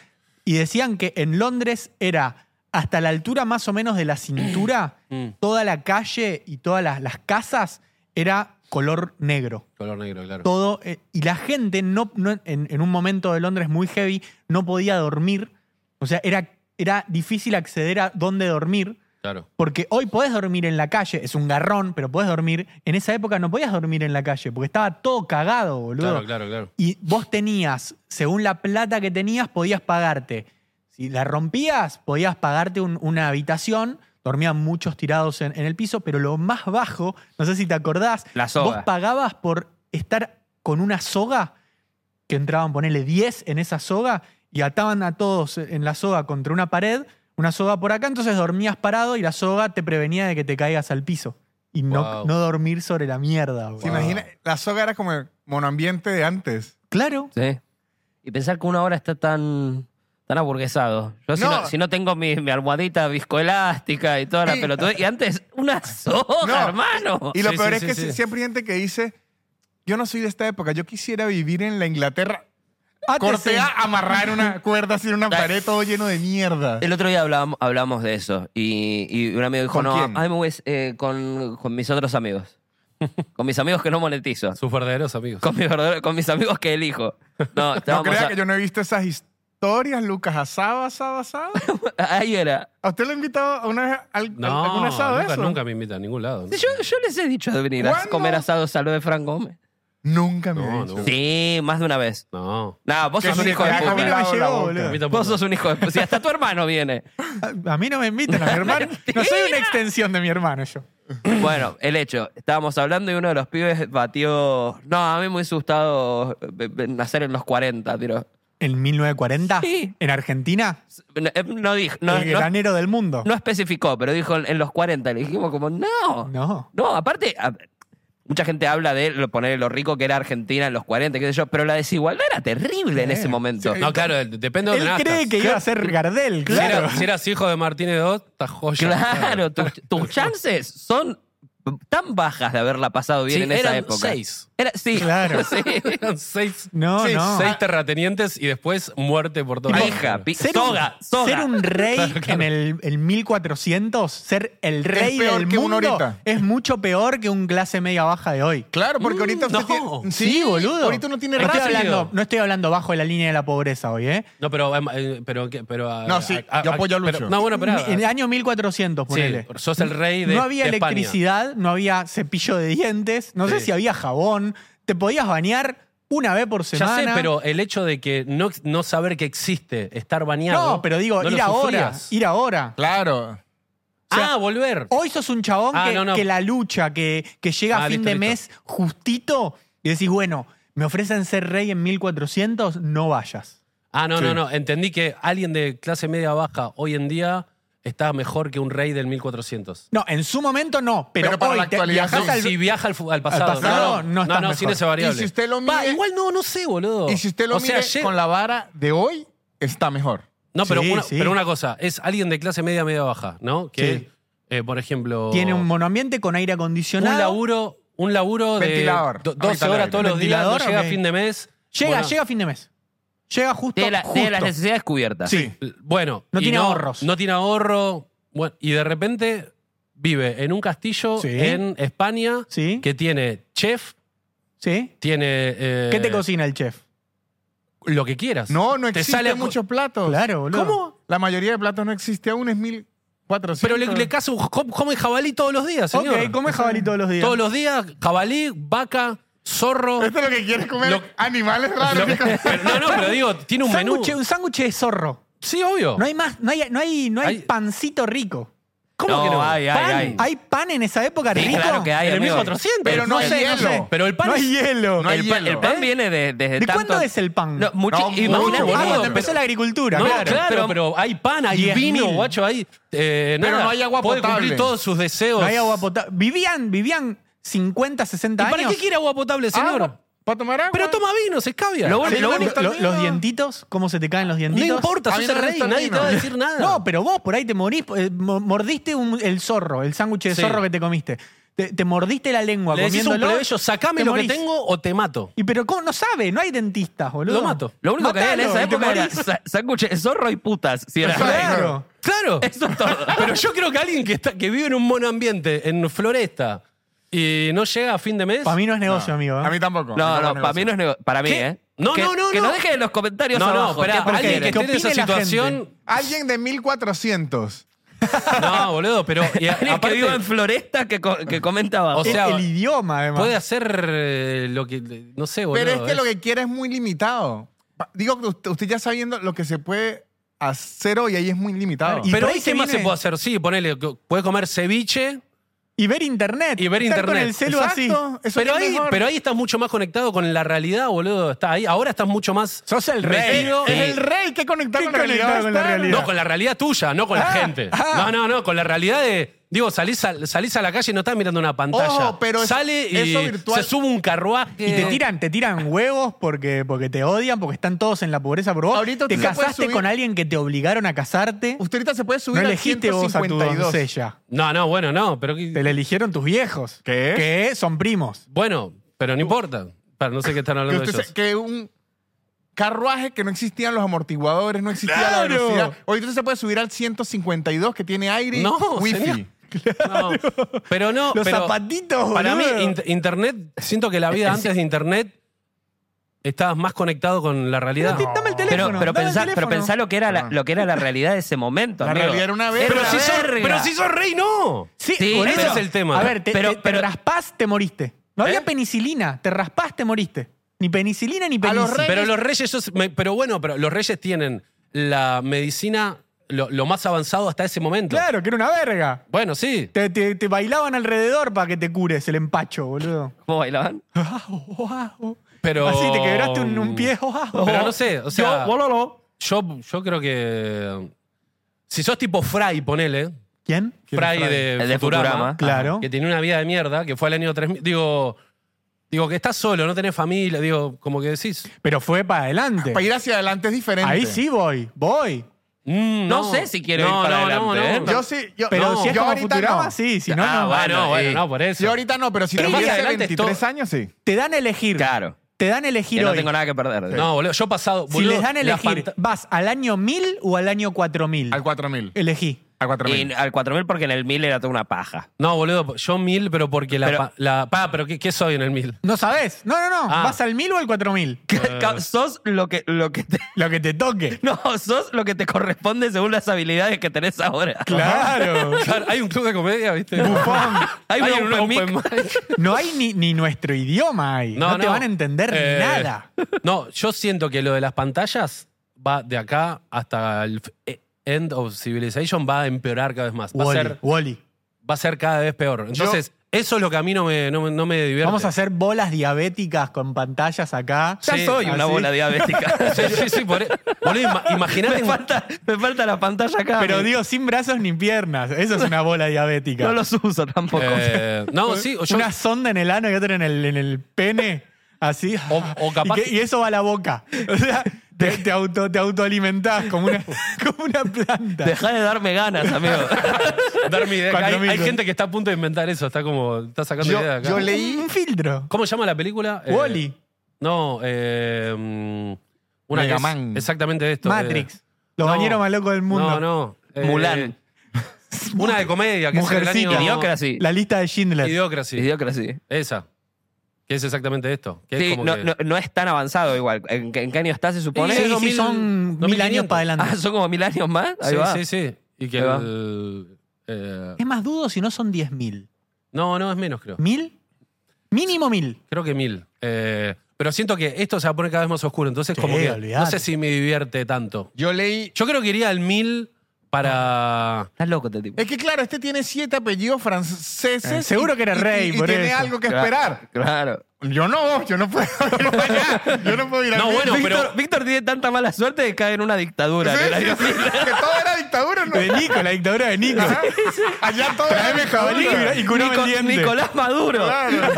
Speaker 4: Y decían que en Londres era hasta la altura más o menos de la cintura,
Speaker 1: Mm.
Speaker 4: toda la calle y todas las- las casas era color negro
Speaker 1: Color negro, claro.
Speaker 4: todo. eh, y la gente, no, no- en, en un momento de Londres muy heavy, no podía dormir. O sea, era, era difícil acceder a dónde dormir.
Speaker 1: claro.
Speaker 4: Porque hoy podés dormir en la calle, es un garrón, pero podés dormir. En esa época no podías dormir en la calle porque estaba todo cagado, boludo.
Speaker 1: Claro, claro, claro.
Speaker 4: Y vos tenías, según la plata que tenías, podías pagarte. Si la rompías, podías pagarte un- una habitación. Dormían muchos tirados en, en el piso, pero lo más bajo, no sé si te acordás,
Speaker 3: La soga.
Speaker 4: vos pagabas por estar con una soga, que entraban, ponele 10 en esa soga, y ataban a todos en la soga contra una pared, una soga por acá, entonces dormías parado y la soga te prevenía de que te caigas al piso. Y no,
Speaker 1: Wow.
Speaker 4: no dormir sobre la mierda.
Speaker 2: ¿Se
Speaker 4: boludo.
Speaker 2: imagina? La soga era como el monoambiente de antes.
Speaker 4: Claro.
Speaker 3: Sí. Y pensar que una hora está tan, tan aburguesado. Yo si,
Speaker 2: No.
Speaker 3: no, si no tengo mi, mi almohadita viscoelástica y toda la
Speaker 2: Y-
Speaker 3: pelotuda. Y antes, una soga,
Speaker 2: No.
Speaker 3: hermano.
Speaker 2: Y lo
Speaker 1: Sí,
Speaker 2: peor
Speaker 1: sí,
Speaker 2: es
Speaker 1: sí,
Speaker 2: que
Speaker 1: sí.
Speaker 2: siempre hay gente que dice, yo no soy de esta época, yo quisiera vivir en la Inglaterra.
Speaker 4: Antes
Speaker 2: Corte
Speaker 4: en-
Speaker 2: A, amarrar una cuerda así en una pared, todo lleno de mierda.
Speaker 3: El otro día hablábamos, hablamos de eso y, y un amigo dijo,
Speaker 2: ¿Con
Speaker 3: no,
Speaker 2: quién?
Speaker 3: a mí me voy, eh, con, con mis otros amigos. con mis amigos que no monetizo.
Speaker 1: Sus verdaderos amigos.
Speaker 3: Con, mi verdadero- con mis amigos que elijo. No,
Speaker 2: No
Speaker 3: estábamos
Speaker 2: crea
Speaker 3: a-
Speaker 2: que yo no he visto esas historias, Lucas, asado, asado, asado.
Speaker 3: Ahí era.
Speaker 2: ¿A usted lo ha invitado a una vez al-
Speaker 1: No,
Speaker 2: algún asado de
Speaker 1: nunca,
Speaker 2: eso?
Speaker 1: nunca me invitan a ningún lado.
Speaker 3: Sí, Yo, yo les he dicho de venir a
Speaker 2: ¿Cuándo?
Speaker 3: comer asados a lo de Frank Gómez.
Speaker 2: Nunca me
Speaker 1: No,
Speaker 2: ha
Speaker 1: no.
Speaker 2: dicho.
Speaker 3: Sí, más de una vez.
Speaker 1: No.
Speaker 3: Nah, vos
Speaker 2: Que
Speaker 3: sos un
Speaker 2: se
Speaker 3: hijo
Speaker 2: te
Speaker 3: de
Speaker 2: ha
Speaker 3: puta.
Speaker 4: A mí no me
Speaker 2: Doblado la
Speaker 4: llegó,
Speaker 2: boca.
Speaker 4: boludo.
Speaker 1: A mí tampoco.
Speaker 3: Vos sos un hijo de puta. Si hasta tu hermano viene.
Speaker 4: A, a mí no me invitan a mi hermano. No soy una extensión de mi hermano yo.
Speaker 3: Bueno, el hecho. Estábamos hablando y uno de los pibes batió. No, a mí me hubiese gustado eh, eh, nacer en los 40, tiro.
Speaker 4: ¿En 1940?
Speaker 3: Sí.
Speaker 4: ¿En Argentina?
Speaker 3: No, eh, no dijo. No,
Speaker 4: el
Speaker 3: no-
Speaker 4: granero del mundo.
Speaker 3: no especificó, pero dijo en los 40. Le dijimos como, no.
Speaker 4: No.
Speaker 3: No, aparte, a- Mucha gente habla de lo- poner lo rico que era Argentina en los 40, qué sé yo, pero la desigualdad era terrible en ese momento.
Speaker 1: No, claro, depende de
Speaker 4: Él
Speaker 1: dónde nazcas.
Speaker 4: cree que iba a ser Gardel,
Speaker 1: Si,
Speaker 4: claro.
Speaker 1: eras, si eras hijo de Martínez II, estás joya.
Speaker 3: Claro, tus, tus chances son tan bajas de haberla pasado bien
Speaker 1: Sí,
Speaker 3: en esa
Speaker 1: eran
Speaker 3: época.
Speaker 1: seis.
Speaker 3: Era, sí,
Speaker 4: Claro.
Speaker 3: sí.
Speaker 1: Eran seis,
Speaker 4: No,
Speaker 1: sí,
Speaker 4: no. Ah.
Speaker 1: seis terratenientes y después muerte por todo.
Speaker 3: Pija, pi-
Speaker 4: Ser
Speaker 3: soga,
Speaker 4: un,
Speaker 3: soga.
Speaker 4: ser un rey en el, el 1400, ser el rey
Speaker 2: peor
Speaker 4: del
Speaker 2: que uno
Speaker 4: mundo,
Speaker 2: ahorita.
Speaker 4: es mucho peor que un clase media baja de hoy.
Speaker 2: Claro, porque ahorita usted
Speaker 1: Mm, no.
Speaker 2: tiene-
Speaker 4: Sí, boludo.
Speaker 2: Ahorita uno tiene
Speaker 4: no estoy,
Speaker 2: ratio.
Speaker 4: hablando, no estoy hablando bajo de la línea de la pobreza hoy, ¿eh?
Speaker 1: No, pero. em, eh, pero, que- pero ah,
Speaker 2: No, sí,
Speaker 1: ah, ah,
Speaker 2: yo apoyo a
Speaker 1: pero-
Speaker 2: Lucho.
Speaker 1: no, bueno, pero.
Speaker 4: en el año 1400, ponele.
Speaker 1: sos el rey de.
Speaker 4: no había
Speaker 1: de España.
Speaker 4: electricidad, no había cepillo de dientes, no sé
Speaker 1: Sí.
Speaker 4: si había jabón, te podías bañar una vez por
Speaker 1: Ya
Speaker 4: semana.
Speaker 1: sé, pero el hecho de que no, no saber que existe, estar bañado.
Speaker 4: No, pero digo,
Speaker 1: no lo
Speaker 4: ir ahora,
Speaker 1: sufrías.
Speaker 4: ir ahora.
Speaker 2: Claro.
Speaker 1: ah, volver.
Speaker 4: Hoy sos un chabón
Speaker 1: Ah,
Speaker 4: que,
Speaker 1: no, no.
Speaker 4: que la lucha, que, que llega a
Speaker 1: Ah,
Speaker 4: fin
Speaker 1: listo,
Speaker 4: de
Speaker 1: listo.
Speaker 4: mes justito y decís, bueno, me ofrecen ser rey en 1400, no vayas.
Speaker 1: Ah, no,
Speaker 2: Sí.
Speaker 1: no, no. Entendí que alguien de clase media baja hoy en día está mejor que un rey del 1400.
Speaker 4: No, en su momento no, pero,
Speaker 2: Pero para
Speaker 4: hoy
Speaker 2: la
Speaker 4: te-
Speaker 2: actualidad
Speaker 4: viajás
Speaker 2: sí,
Speaker 4: al-
Speaker 1: si viaja al, fu- al pasado.
Speaker 4: pasado, no
Speaker 1: no, no,
Speaker 4: estás
Speaker 1: sin
Speaker 4: mejor.
Speaker 1: esa variable.
Speaker 2: Y si usted lo
Speaker 1: Va,
Speaker 2: mide-
Speaker 1: igual no, no sé, boludo.
Speaker 2: Y si usted lo
Speaker 1: O sea,
Speaker 2: mide
Speaker 1: ayer-
Speaker 2: con la vara de hoy, está mejor.
Speaker 1: No, pero,
Speaker 4: Sí,
Speaker 1: una,
Speaker 4: sí.
Speaker 1: pero una cosa, es alguien de clase media, media baja, ¿no? Que,
Speaker 4: Sí.
Speaker 1: eh, por ejemplo,
Speaker 4: Tiene un monoambiente con aire
Speaker 1: un
Speaker 4: acondicionado.
Speaker 1: laburo, un laburo de
Speaker 2: Ventilador.
Speaker 1: do- 12
Speaker 2: Ahorita
Speaker 1: horas
Speaker 2: le-
Speaker 1: todos los días, no
Speaker 4: ¿Ventilador?
Speaker 1: llega a
Speaker 4: Ok.
Speaker 1: fin de mes.
Speaker 4: Llega,
Speaker 1: Bueno,
Speaker 4: llega a fin de mes. Llega justo.
Speaker 3: Tiene, la- tiene
Speaker 4: justo.
Speaker 3: las necesidades cubiertas.
Speaker 4: Sí.
Speaker 1: Bueno,
Speaker 4: No
Speaker 1: y
Speaker 4: tiene ahorros.
Speaker 1: No tiene ahorro. Bueno, y de repente vive en un castillo
Speaker 4: Sí.
Speaker 1: en España
Speaker 4: Sí.
Speaker 1: que tiene chef,
Speaker 4: ¿Sí?
Speaker 1: tiene. eh,
Speaker 4: ¿Qué te cocina el chef?
Speaker 1: Lo que quieras.
Speaker 2: No, no
Speaker 1: Te
Speaker 2: existe
Speaker 1: sale-
Speaker 2: muchos platos.
Speaker 4: Claro, boludo.
Speaker 1: ¿Cómo?
Speaker 2: La mayoría de platos no existe aún, es 1400.
Speaker 1: Pero le, le caza un com- come jabalí todos los días, señor.
Speaker 4: Ok, come jabalí todos los días.
Speaker 1: Todos los días, jabalí, vaca, zorro.
Speaker 2: Esto es lo que quiere comer.
Speaker 1: Lo-
Speaker 2: Animales
Speaker 1: Lo-
Speaker 2: raros.
Speaker 1: pero- no, no, pero digo, tiene un menú.
Speaker 4: Sándwich- un sándwich de zorro.
Speaker 1: Sí, obvio.
Speaker 4: No hay más, no hay, no hay, no hay
Speaker 1: Hay-
Speaker 4: pancito rico.
Speaker 1: ¿Cómo
Speaker 3: No,
Speaker 1: que no?
Speaker 3: hay, hay,
Speaker 1: Pan.
Speaker 3: hay.
Speaker 4: ¿Hay pan en esa época
Speaker 3: Sí,
Speaker 4: rico?
Speaker 3: claro que hay,
Speaker 1: En el
Speaker 3: amigo.
Speaker 1: 1400.
Speaker 2: Pero no,
Speaker 4: No
Speaker 2: hay
Speaker 4: sé, no
Speaker 2: hielo.
Speaker 4: sé.
Speaker 1: Pero el pan
Speaker 4: no
Speaker 1: es-
Speaker 4: hay hielo.
Speaker 2: No hay
Speaker 3: el, pan,
Speaker 2: hielo.
Speaker 3: el pan viene de- desde
Speaker 4: eh. ¿De
Speaker 3: tanto-
Speaker 4: cuándo es el pan?
Speaker 3: No, mucho-
Speaker 2: No,
Speaker 3: imagínate,
Speaker 2: mucho,
Speaker 4: ah,
Speaker 2: boludo.
Speaker 4: cuando
Speaker 3: boludo,
Speaker 4: empezó la agricultura,
Speaker 1: No,
Speaker 4: claro.
Speaker 1: claro, pero, hay pan, hay
Speaker 4: 10.000.
Speaker 1: vino, guacho, hay. eh,
Speaker 2: Pero
Speaker 1: nada.
Speaker 2: no hay agua
Speaker 1: Puede
Speaker 2: potable.
Speaker 1: cumplir todos sus deseos.
Speaker 4: No hay agua potable. Vivían, vivían 50, 60
Speaker 1: ¿Y
Speaker 4: años.
Speaker 1: para qué quiere agua potable, señor?
Speaker 2: ¿Para Ah, tomar agua?
Speaker 1: pero toma vino, se escabia.
Speaker 3: Lo
Speaker 4: Sí,
Speaker 3: bueno-
Speaker 4: lo-
Speaker 3: único-
Speaker 4: lo- los dientitos, ¿cómo se te caen los
Speaker 1: no
Speaker 4: dientitos?
Speaker 1: importa,
Speaker 2: A mí
Speaker 1: sos el
Speaker 2: no me
Speaker 1: rey,
Speaker 2: gusta el
Speaker 1: nadie te
Speaker 2: vino.
Speaker 1: va a decir nada.
Speaker 4: No, pero vos por ahí te morís, eh, mo- mordiste un- el zorro, el sándwich de
Speaker 1: Sí.
Speaker 4: zorro que te comiste. Te, te mordiste la lengua
Speaker 1: Le decís a un
Speaker 4: comiéndolo.
Speaker 1: plebeyo, sacame
Speaker 4: te
Speaker 1: lo que
Speaker 4: morís.
Speaker 1: tengo o te mato.
Speaker 4: Y pero cómo no sabe, no hay dentistas, boludo.
Speaker 1: Lo mato.
Speaker 3: Lo único que había en
Speaker 4: Matalo,
Speaker 3: esa
Speaker 4: y te
Speaker 3: época era
Speaker 4: morís.
Speaker 3: sa- sándwiches, zorro y putas. si era-
Speaker 4: Claro.
Speaker 1: Claro.
Speaker 3: Eso es todo.
Speaker 1: Pero yo creo que alguien que, está, que vive en un monoambiente, en floresta, y no llega a fin de mes.
Speaker 4: Para mí no es negocio, amigo. ¿eh?
Speaker 2: A mí tampoco. a mí
Speaker 3: No,
Speaker 2: tampoco
Speaker 3: no, para mí no es nego- para mí,
Speaker 1: ¿Qué?
Speaker 3: ¿eh?
Speaker 1: No,
Speaker 3: Que-
Speaker 1: no, no,
Speaker 3: Que no
Speaker 1: no.
Speaker 3: dejen en los comentarios
Speaker 1: no, no,
Speaker 3: abajo.
Speaker 1: esperá,
Speaker 3: ¿Qué
Speaker 1: alguien que
Speaker 3: prefieren?
Speaker 1: esté en esa
Speaker 4: opine la gente?
Speaker 1: situación.
Speaker 2: Alguien de 1400.
Speaker 1: No, boludo, pero. y a-
Speaker 3: Alguien que
Speaker 1: aparte,
Speaker 3: viva en floresta que, co- que comenta abajo.
Speaker 1: O sea,
Speaker 4: el, el idioma, además.
Speaker 1: puede hacer eh, lo que. No sé, boludo.
Speaker 2: Pero es que lo que quiere es muy limitado. Pa- Digo que usted, usted ya sabiendo lo que se puede hacer hoy, ahí es muy limitado.
Speaker 4: Y-
Speaker 1: Pero
Speaker 4: por
Speaker 1: hoy,
Speaker 4: ahí
Speaker 1: ¿qué
Speaker 4: se
Speaker 1: más se
Speaker 4: viene-
Speaker 1: puede hacer? Sí, ponele, co- puede comer ceviche.
Speaker 4: Y ver internet.
Speaker 1: Y ver
Speaker 4: Estar
Speaker 1: internet.
Speaker 4: con el celu así.
Speaker 2: Exacto. Eso
Speaker 1: Pero
Speaker 2: es
Speaker 1: ahí,
Speaker 2: mejor.
Speaker 1: pero ahí estás mucho más conectado con la realidad, boludo. Está ahí. Ahora estás mucho más.
Speaker 4: Sos el rey.
Speaker 1: metido
Speaker 2: es
Speaker 1: y-
Speaker 2: el rey que conectado
Speaker 4: ¿Qué
Speaker 2: con la realidad.
Speaker 4: conectado con la
Speaker 2: está?
Speaker 4: realidad?
Speaker 1: No, con la realidad tuya, no con la gente. No, no, no, con la realidad de. Digo, salís a, salís a la calle y no estás mirando una pantalla.
Speaker 2: Ojo, pero es-
Speaker 1: Sale y
Speaker 2: eso virtual-
Speaker 1: se sube un carruaje.
Speaker 4: Y te tiran, te tiran huevos porque, porque te odian, porque están todos en la pobreza por vos.
Speaker 2: Ahorita
Speaker 4: te
Speaker 2: usted se puede
Speaker 4: casaste
Speaker 2: subir-
Speaker 4: con alguien que te obligaron a casarte.
Speaker 2: Usted ahorita se puede subir
Speaker 4: No
Speaker 2: al
Speaker 4: elegiste vos a tu
Speaker 2: 152.
Speaker 4: doncella.
Speaker 1: No, no, bueno, no. Pero, que-
Speaker 4: Te la eligieron tus viejos.
Speaker 2: ¿Qué?
Speaker 4: Que son primos.
Speaker 1: bueno, pero no importa. Para, no sé qué están
Speaker 2: que,
Speaker 1: hablando
Speaker 2: usted
Speaker 1: ellos.
Speaker 2: se- que un carruaje que no existían los amortiguadores, no existía la
Speaker 4: ¡Claro!
Speaker 2: velocidad. Ahorita usted se puede subir al 152 que tiene aire y
Speaker 1: No,
Speaker 2: wifi.
Speaker 1: señor. No, pero no.
Speaker 4: Los
Speaker 1: pero
Speaker 4: zapatitos,
Speaker 1: Para mí,
Speaker 4: boludo.
Speaker 1: int- Internet, siento que la vida antes de Internet estabas más conectado con la realidad.
Speaker 4: Pero te- dame el
Speaker 3: Pero,
Speaker 4: teléfono.
Speaker 3: pero,
Speaker 4: dame el
Speaker 3: pensá, pero
Speaker 4: teléfono.
Speaker 3: pensá lo que era la, lo que era la realidad de ese momento.
Speaker 2: La
Speaker 3: amigo.
Speaker 2: realidad era una verga.
Speaker 1: Pero
Speaker 3: una
Speaker 1: si, sos,
Speaker 3: verga.
Speaker 1: pero si sos rey, no.
Speaker 4: Sí,
Speaker 3: Sí,
Speaker 4: por
Speaker 3: ese
Speaker 4: eso.
Speaker 3: es
Speaker 1: el tema.
Speaker 4: A ver, te,
Speaker 3: Pero-
Speaker 4: te- te
Speaker 3: pero-
Speaker 4: raspás, te moriste. No había
Speaker 1: ¿Eh?
Speaker 4: penicilina. Te raspás, te moriste. Ni penicilina ni
Speaker 2: A los
Speaker 4: penicilina.
Speaker 2: reyes-
Speaker 1: Pero los reyes, sos- me- pero bueno, pero los reyes tienen la medicina lo, lo más avanzado hasta ese momento.
Speaker 4: Claro, que era una verga.
Speaker 1: Bueno, sí.
Speaker 4: Te, te- te bailaban alrededor para que te cures el empacho, boludo.
Speaker 3: ¿Cómo bailaban?
Speaker 1: Pero-
Speaker 4: Así te quebraste un, un pie.
Speaker 1: Pero no sé, o sea,
Speaker 4: Yo, bololo.
Speaker 1: yo, yo creo que si sos tipo Fry, ponele, que
Speaker 4: ¿Quién?
Speaker 1: Fry de,
Speaker 3: El de
Speaker 1: Futurama,
Speaker 3: Futurama.
Speaker 4: Claro.
Speaker 1: que tenía una vida de mierda, que fue al año 3000. Digo, digo que estás solo, no tenés familia, digo, como que decís.
Speaker 4: Pero fue para adelante.
Speaker 2: Para ir hacia adelante es diferente.
Speaker 4: Ahí sí voy, voy.
Speaker 1: mm,
Speaker 3: No
Speaker 1: no
Speaker 3: sé si quiero ir para adelante, ¿eh?
Speaker 2: Yo sí. Yo,
Speaker 4: Pero
Speaker 2: no,
Speaker 4: si es
Speaker 2: yo
Speaker 4: como
Speaker 2: ahorita
Speaker 4: Futurama,
Speaker 2: no.
Speaker 4: sí, si no,
Speaker 3: Ah,
Speaker 4: no.
Speaker 3: bueno,
Speaker 1: Bueno, bueno,
Speaker 3: eh,
Speaker 1: no, por eso.
Speaker 2: Yo ahorita no, pero si
Speaker 1: Pero más
Speaker 2: tuviese
Speaker 1: adelante es
Speaker 2: 23
Speaker 1: todo-
Speaker 2: años, sí.
Speaker 4: Te dan a elegir.
Speaker 3: Claro.
Speaker 4: Te dan a
Speaker 3: Que
Speaker 4: elegir
Speaker 3: no
Speaker 4: hoy.
Speaker 3: tengo nada que perder.
Speaker 1: No, boludo, yo he pasado.
Speaker 4: Si
Speaker 1: boludo,
Speaker 4: les dan a
Speaker 1: la
Speaker 4: elegir,
Speaker 1: fanta-
Speaker 4: ¿vas al año 1000 o al año 4000?
Speaker 2: Al 4000.
Speaker 4: Elegí.
Speaker 2: Al 4000.
Speaker 3: Y al 4000 porque en el 1000 era toda una paja.
Speaker 1: No, boludo, yo mil, pero porque la.
Speaker 3: Pero-
Speaker 1: pa, la- pa, pero ¿qué, qué soy en el mil?
Speaker 4: No sabes. No, no, no.
Speaker 1: Ah.
Speaker 4: ¿Vas al 1000 o al 4000?
Speaker 3: sos lo que, lo que te...
Speaker 4: Lo que te toque.
Speaker 3: No, sos lo que te corresponde según las habilidades que tenés ahora.
Speaker 4: Claro.
Speaker 1: Claro, hay un club de comedia, ¿viste?
Speaker 3: Hay,
Speaker 1: Hay
Speaker 3: un
Speaker 1: un
Speaker 3: open mic.
Speaker 1: open mic.
Speaker 4: No hay ni, ni nuestro idioma ahí. No, te van a entender
Speaker 1: Eh,
Speaker 4: nada.
Speaker 1: No, yo siento que lo de las pantallas va de acá hasta el f- e- End of Civilization va a empeorar cada vez más. Va, a,
Speaker 4: Wally,
Speaker 1: ser,
Speaker 4: Wally.
Speaker 1: va a ser cada vez peor. Entonces, eso es lo que a mí no me, no, me- no me divierte.
Speaker 4: Vamos a hacer bolas diabéticas con pantallas acá.
Speaker 3: Ya
Speaker 1: Sí,
Speaker 3: soy una
Speaker 4: así.
Speaker 3: bola diabética.
Speaker 1: Sí, sí, sí, por e- Boludo, ima- imagínate.
Speaker 3: me, falta, me falta la pantalla acá.
Speaker 4: Pero digo, sin brazos ni piernas. Eso es una bola diabética.
Speaker 3: no los uso tampoco.
Speaker 1: eh, no, sí, o yo-
Speaker 4: Una sonda en el ano y otra en el, en el pene. Así.
Speaker 1: O- o capaz
Speaker 4: y, que-
Speaker 1: que-
Speaker 4: y eso va a la boca. O sea, te, te auto, te autoalimentás como una, como una planta.
Speaker 3: Dejá de darme ganas, amigo.
Speaker 1: darme idea.
Speaker 4: Cuatro
Speaker 1: Hay,
Speaker 4: mil.
Speaker 1: hay gente que está a punto de inventar eso. Está como. Está sacando
Speaker 2: Yo-
Speaker 1: ideas acá.
Speaker 2: yo le-
Speaker 4: Un filtro.
Speaker 1: ¿Cómo se llama la película? Eh,
Speaker 4: Wally.
Speaker 1: No, eh, mm, una que es
Speaker 2: Megaman.
Speaker 1: Exactamente esto.
Speaker 4: Matrix.
Speaker 1: eh,
Speaker 4: Los
Speaker 1: no.
Speaker 4: bañeros más locos del mundo.
Speaker 1: No, no. eh,
Speaker 3: Mulan.
Speaker 1: Una de comedia que es el
Speaker 4: Mujercita.
Speaker 1: año...
Speaker 3: Idiocracy.
Speaker 4: La lista de Schindler.
Speaker 1: Idiocracy.
Speaker 3: Idiocracy.
Speaker 1: Esa. Que es exactamente esto. Que es
Speaker 3: Sí,
Speaker 1: como
Speaker 3: no,
Speaker 1: que-
Speaker 3: no- no es tan avanzado igual. ¿En, qué- en qué año está, se supone?
Speaker 4: Sí, sí,
Speaker 1: 2000,
Speaker 4: son mil
Speaker 1: 2500.
Speaker 4: años para adelante.
Speaker 3: Ah, son como mil años más. Ahí
Speaker 1: sí,
Speaker 3: va.
Speaker 1: sí, sí. Y que
Speaker 3: Ahí va.
Speaker 1: el... eh,
Speaker 4: Es más dudo si no son 10.000.
Speaker 1: no, no, es menos creo.
Speaker 4: ¿Mil? Mínimo mil.
Speaker 1: Creo que mil. Eh, pero siento que esto se va a poner cada vez más oscuro. Entonces
Speaker 4: Sí,
Speaker 1: como que...
Speaker 4: olvidate.
Speaker 1: No sé si me divierte tanto.
Speaker 2: Yo leí.
Speaker 1: Yo creo que iría al mil para...
Speaker 3: Estás loco este tipo.
Speaker 2: Es que claro, este tiene siete apellidos franceses.
Speaker 4: Eh, seguro que era
Speaker 2: y- y-
Speaker 4: rey,
Speaker 2: y
Speaker 4: por
Speaker 2: tiene
Speaker 4: eso.
Speaker 2: algo que
Speaker 3: Claro,
Speaker 2: esperar.
Speaker 3: Claro.
Speaker 2: Yo no, yo no puedo ir para allá. Yo no puedo ir
Speaker 1: No,
Speaker 2: allá.
Speaker 1: bueno,
Speaker 3: Víctor,
Speaker 1: pero-
Speaker 3: Víctor tiene tanta mala suerte que cae en una dictadura. en el año
Speaker 2: Sí, sí, sí, que todo era dictadura, ¿no?
Speaker 4: De Nico, la dictadura de Nico.
Speaker 2: Ajá. Allá todo era
Speaker 4: jabalí
Speaker 2: dictadura.
Speaker 4: y curame
Speaker 3: Nico-
Speaker 4: el diente.
Speaker 3: Nicolás Maduro.
Speaker 2: Claro.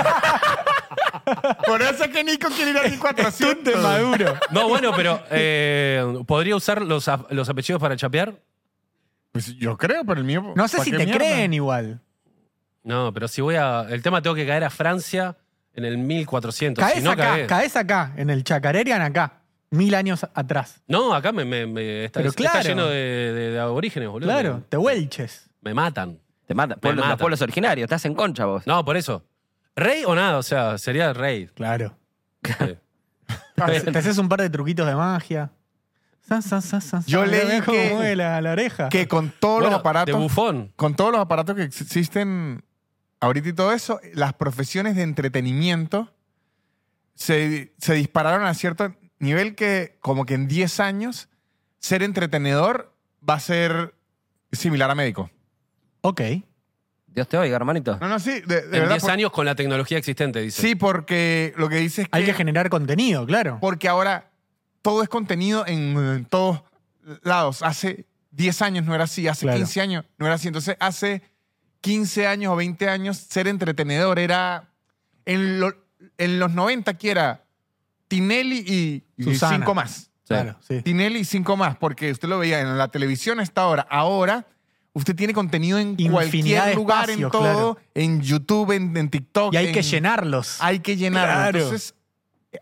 Speaker 2: Por eso es que Nico quiere ir a 1400.
Speaker 4: Tunte Maduro.
Speaker 1: No, bueno, pero eh, ¿podría usar los, a- los apellidos para chapear?
Speaker 2: Pues yo creo, pero el mío.
Speaker 4: No sé
Speaker 2: ¿pa'
Speaker 4: si
Speaker 2: qué
Speaker 4: te
Speaker 2: mierda?
Speaker 4: creen igual.
Speaker 1: No, pero si voy a... El tema tengo que caer a Francia en el 1400.
Speaker 4: Caes
Speaker 1: si no,
Speaker 4: acá,
Speaker 1: cagué.
Speaker 4: caes acá, en el Chacarerian acá, mil años atrás.
Speaker 1: No, acá me, me- me- está,
Speaker 4: Pero
Speaker 1: está
Speaker 4: claro.
Speaker 1: lleno de, de- de aborígenes, boludo.
Speaker 4: Claro, te huelches.
Speaker 1: Me, me matan.
Speaker 3: Te mata. Pueblos-
Speaker 1: mata.
Speaker 3: Los pueblos originarios. Estás en concha vos.
Speaker 1: No, por eso. ¿Rey o nada? O sea, sería rey.
Speaker 4: Claro.
Speaker 1: Eh,
Speaker 4: Te haces un par de truquitos de magia. San, san, san, san, san.
Speaker 2: Yo leí
Speaker 4: Mirá cómo
Speaker 2: que-
Speaker 4: mueve la, la oreja.
Speaker 2: Que con todos
Speaker 1: bueno,
Speaker 2: los aparatos.
Speaker 1: De bufón.
Speaker 2: con todos los aparatos que existen ahorita y todo eso, las profesiones de entretenimiento se, se dispararon a cierto nivel que como que en 10 años ser entretenedor va a ser similar a médico.
Speaker 4: Ok.
Speaker 3: Dios te oiga, hermanito.
Speaker 2: No, no, sí, de, de
Speaker 1: En
Speaker 2: verdad.
Speaker 1: 10
Speaker 2: por-
Speaker 1: años con la tecnología existente, dice.
Speaker 2: sí, porque lo que dices es
Speaker 4: Hay que
Speaker 2: que,
Speaker 4: generar contenido, claro.
Speaker 2: porque ahora todo es contenido en, eh, todos lados. Hace 10 años no era así, hace
Speaker 4: Claro.
Speaker 2: 15 años no era así. Entonces, hace 15 años o 20 años ser entretenedor era en, lo- en los 90 que era Tinelli y, y
Speaker 4: Susana.
Speaker 2: cinco más.
Speaker 4: Claro, sí.
Speaker 2: Tinelli y cinco más, porque usted lo veía en la televisión hasta ahora. Ahora usted tiene contenido en
Speaker 4: Infinidad de
Speaker 2: cualquier lugar,
Speaker 4: espacios,
Speaker 2: en todo, en YouTube, en, en TikTok.
Speaker 4: Y hay que
Speaker 2: en-
Speaker 4: llenarlos.
Speaker 2: hay que llenarlo.
Speaker 4: Claro.
Speaker 2: Entonces,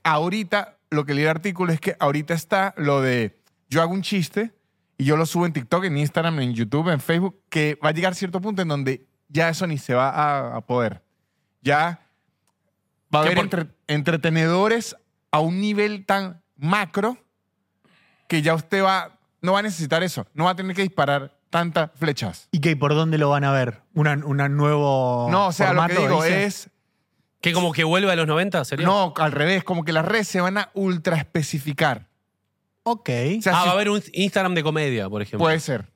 Speaker 2: ahorita, lo que leí el artículo es que ahorita está lo de yo hago un chiste y yo lo subo en TikTok, en Instagram, en YouTube, en Facebook, que va a llegar cierto punto en donde ya eso ni se va a, a poder. Ya va a
Speaker 1: Que
Speaker 2: haber
Speaker 1: por-
Speaker 2: entre- entretenedores a un nivel tan macro que ya usted va, no va a necesitar eso, no va a tener que disparar tantas flechas.
Speaker 4: ¿Y qué? ¿Por dónde lo van a ver? ¿Una, una nuevo
Speaker 2: No, o sea, lo
Speaker 4: formato,
Speaker 2: que digo
Speaker 4: dice?
Speaker 2: es
Speaker 1: Que como que vuelve a los 90, sería.
Speaker 2: No, al revés, como que las redes se van a ultra especificar.
Speaker 4: Ok.
Speaker 1: Ah,
Speaker 2: O sea, si- Pues,
Speaker 1: va a haber un Instagram de comedia, por ejemplo.
Speaker 2: puede ser.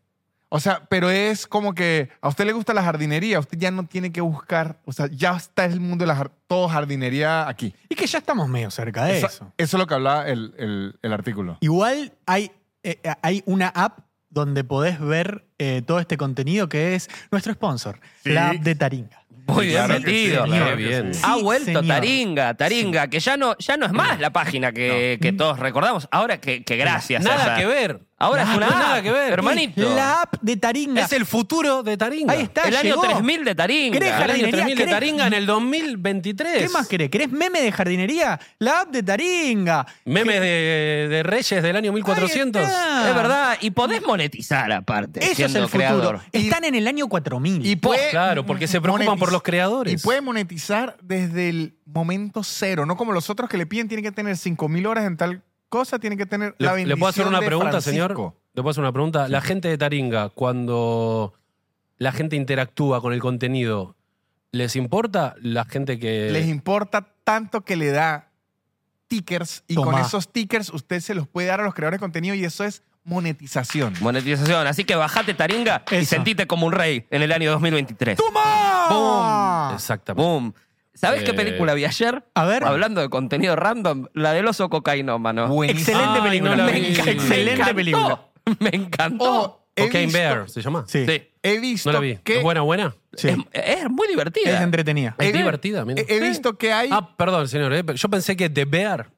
Speaker 2: O sea, pero es como que a usted le gusta la jardinería, usted ya no tiene que buscar, o sea, ya está el mundo de la jar- todo jardinería aquí.
Speaker 4: Es que ya estamos medio cerca de
Speaker 2: Eso,
Speaker 4: eso.
Speaker 2: eso es lo que hablaba el, el- el artículo.
Speaker 4: Igual eh, hay, eh, hay una app donde podés ver eh, todo este contenido que es nuestro sponsor, la app de Taringa.
Speaker 3: Muy bien
Speaker 2: Claro que sí,
Speaker 3: metido.
Speaker 2: claro
Speaker 1: Qué
Speaker 2: que
Speaker 1: bien.
Speaker 2: sí.
Speaker 3: ha
Speaker 4: Sí,
Speaker 3: vuelto
Speaker 4: señor.
Speaker 3: Taringa, Taringa, que ya no, ya no es más la página que, que todos recordamos. Ahora que, que gracias.
Speaker 1: Nada
Speaker 3: César.
Speaker 1: que ver.
Speaker 3: Ahora es una
Speaker 1: nada,
Speaker 3: app,
Speaker 1: que ver.
Speaker 3: hermanito.
Speaker 4: La app de Taringa.
Speaker 1: Es el futuro de Taringa.
Speaker 4: Ahí está,
Speaker 3: El año
Speaker 4: llegó.
Speaker 3: 3000 de Taringa.
Speaker 4: ¿Querés
Speaker 1: El año
Speaker 4: jardinería,
Speaker 1: 3000 de
Speaker 4: ¿querés?
Speaker 1: Taringa en el 2023.
Speaker 4: ¿Qué más querés? ¿Querés meme de jardinería? La app de Taringa.
Speaker 1: Memes de, de Reyes del año 1400.
Speaker 4: Ahí está.
Speaker 3: Es verdad, y podés monetizar aparte,
Speaker 4: Eso es
Speaker 3: siendo
Speaker 4: el futuro.
Speaker 3: creador.
Speaker 4: Están en el año 4000.
Speaker 2: Y puede
Speaker 1: claro, porque se preocupan
Speaker 2: monetiz-
Speaker 1: por los creadores.
Speaker 2: Y puede monetizar desde el momento cero, no como los otros que le piden, tienen que tener 5.000 horas en tal cosa, tienen que tener la
Speaker 1: Le,
Speaker 2: bendición
Speaker 1: le puedo hacer una
Speaker 2: de
Speaker 1: pregunta, señor?
Speaker 2: Francisco.
Speaker 1: ¿Le puedo hacer una pregunta? La gente de Taringa, cuando la gente interactúa con el contenido, ¿les importa la gente que.
Speaker 2: Les importa tanto que le da tickers y con
Speaker 4: Tomá.
Speaker 2: esos tickers usted se los puede dar a los creadores de contenido y eso es monetización.
Speaker 3: Monetización. Así que bajate Taringa y
Speaker 4: Eso.
Speaker 3: sentite como un rey en el año 2023.
Speaker 2: Ah.
Speaker 4: ¡Toma!
Speaker 1: Exactamente.
Speaker 3: Boom. ¿Sabés qué
Speaker 1: Eh.
Speaker 3: película vi ayer?
Speaker 4: A ver.
Speaker 3: Hablando de contenido random, la del oso cocainómano.
Speaker 2: Buenísimo.
Speaker 4: Excelente
Speaker 1: Ay,
Speaker 4: película.
Speaker 1: no la
Speaker 3: Me
Speaker 1: vi.
Speaker 3: enca- me
Speaker 4: Excelente
Speaker 3: encantó.
Speaker 4: película. Oh,
Speaker 3: Me encantó.
Speaker 2: Ojo, he
Speaker 1: Cocaine
Speaker 2: visto-
Speaker 1: Bear, ¿se llama?
Speaker 4: Sí.
Speaker 3: Sí.
Speaker 2: He visto
Speaker 1: No la vi.
Speaker 2: que
Speaker 1: ¿Es buena, buena?
Speaker 4: Sí.
Speaker 3: Es, es muy divertida.
Speaker 4: Es entretenida.
Speaker 1: Es
Speaker 3: Sí.
Speaker 1: divertida, mira.
Speaker 2: he, he visto que hay
Speaker 1: Ah, perdón, señor. eh, pero Yo pensé que The Bear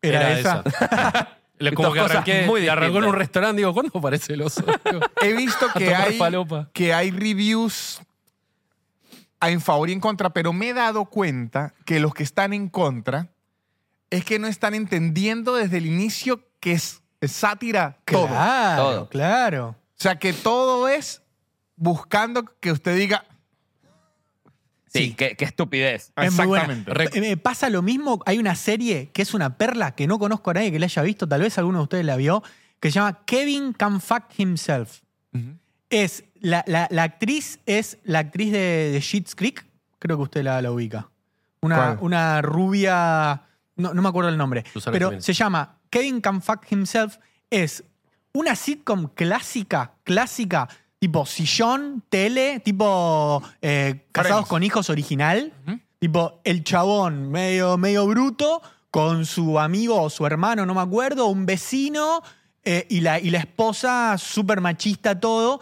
Speaker 4: Era,
Speaker 1: era,
Speaker 4: esa.
Speaker 1: esa. Le- Como
Speaker 3: Dos
Speaker 1: que
Speaker 3: cosas
Speaker 1: arranqué,
Speaker 3: muy
Speaker 1: y arrancó en
Speaker 3: distintas.
Speaker 1: un restaurante. Digo, ¿cuándo aparece el oso? Digo,
Speaker 2: he visto que
Speaker 1: tomar
Speaker 2: hay
Speaker 1: falopa.
Speaker 2: que hay reviews a- en favor y en contra, pero me he dado cuenta que los que están en contra es que no están entendiendo desde el inicio que es, es sátira todo.
Speaker 4: Claro,
Speaker 3: Todo.
Speaker 4: claro.
Speaker 2: O sea, que todo es buscando que usted diga
Speaker 3: Sí, Qué, qué estupidez.
Speaker 4: Es muy buena.
Speaker 2: exactamente.
Speaker 1: Re-
Speaker 4: Eh, Pasa lo mismo, hay una serie que es una perla que no conozco a nadie que la haya visto, tal vez alguno de ustedes la vio, que se llama Kevin Can Fuck Himself.
Speaker 2: Ujú.
Speaker 4: Es, la, la- la actriz es la actriz de, de Schitt's Creek, creo que usted la, la ubica. Una,
Speaker 2: ¿Cuál?
Speaker 4: una rubia, no, no me acuerdo el nombre,
Speaker 1: Susana
Speaker 4: pero
Speaker 1: Jiménez.
Speaker 4: se llama Kevin Can Fuck Himself, es una sitcom clásica, clásica, tipo sillón, tele, tipo eh, casados
Speaker 2: Friends.
Speaker 4: con hijos original.
Speaker 2: Ujú.
Speaker 4: Tipo, el chabón medio, medio bruto con su amigo o su hermano, no me acuerdo, un vecino eh, y, la, y la esposa súper machista todo.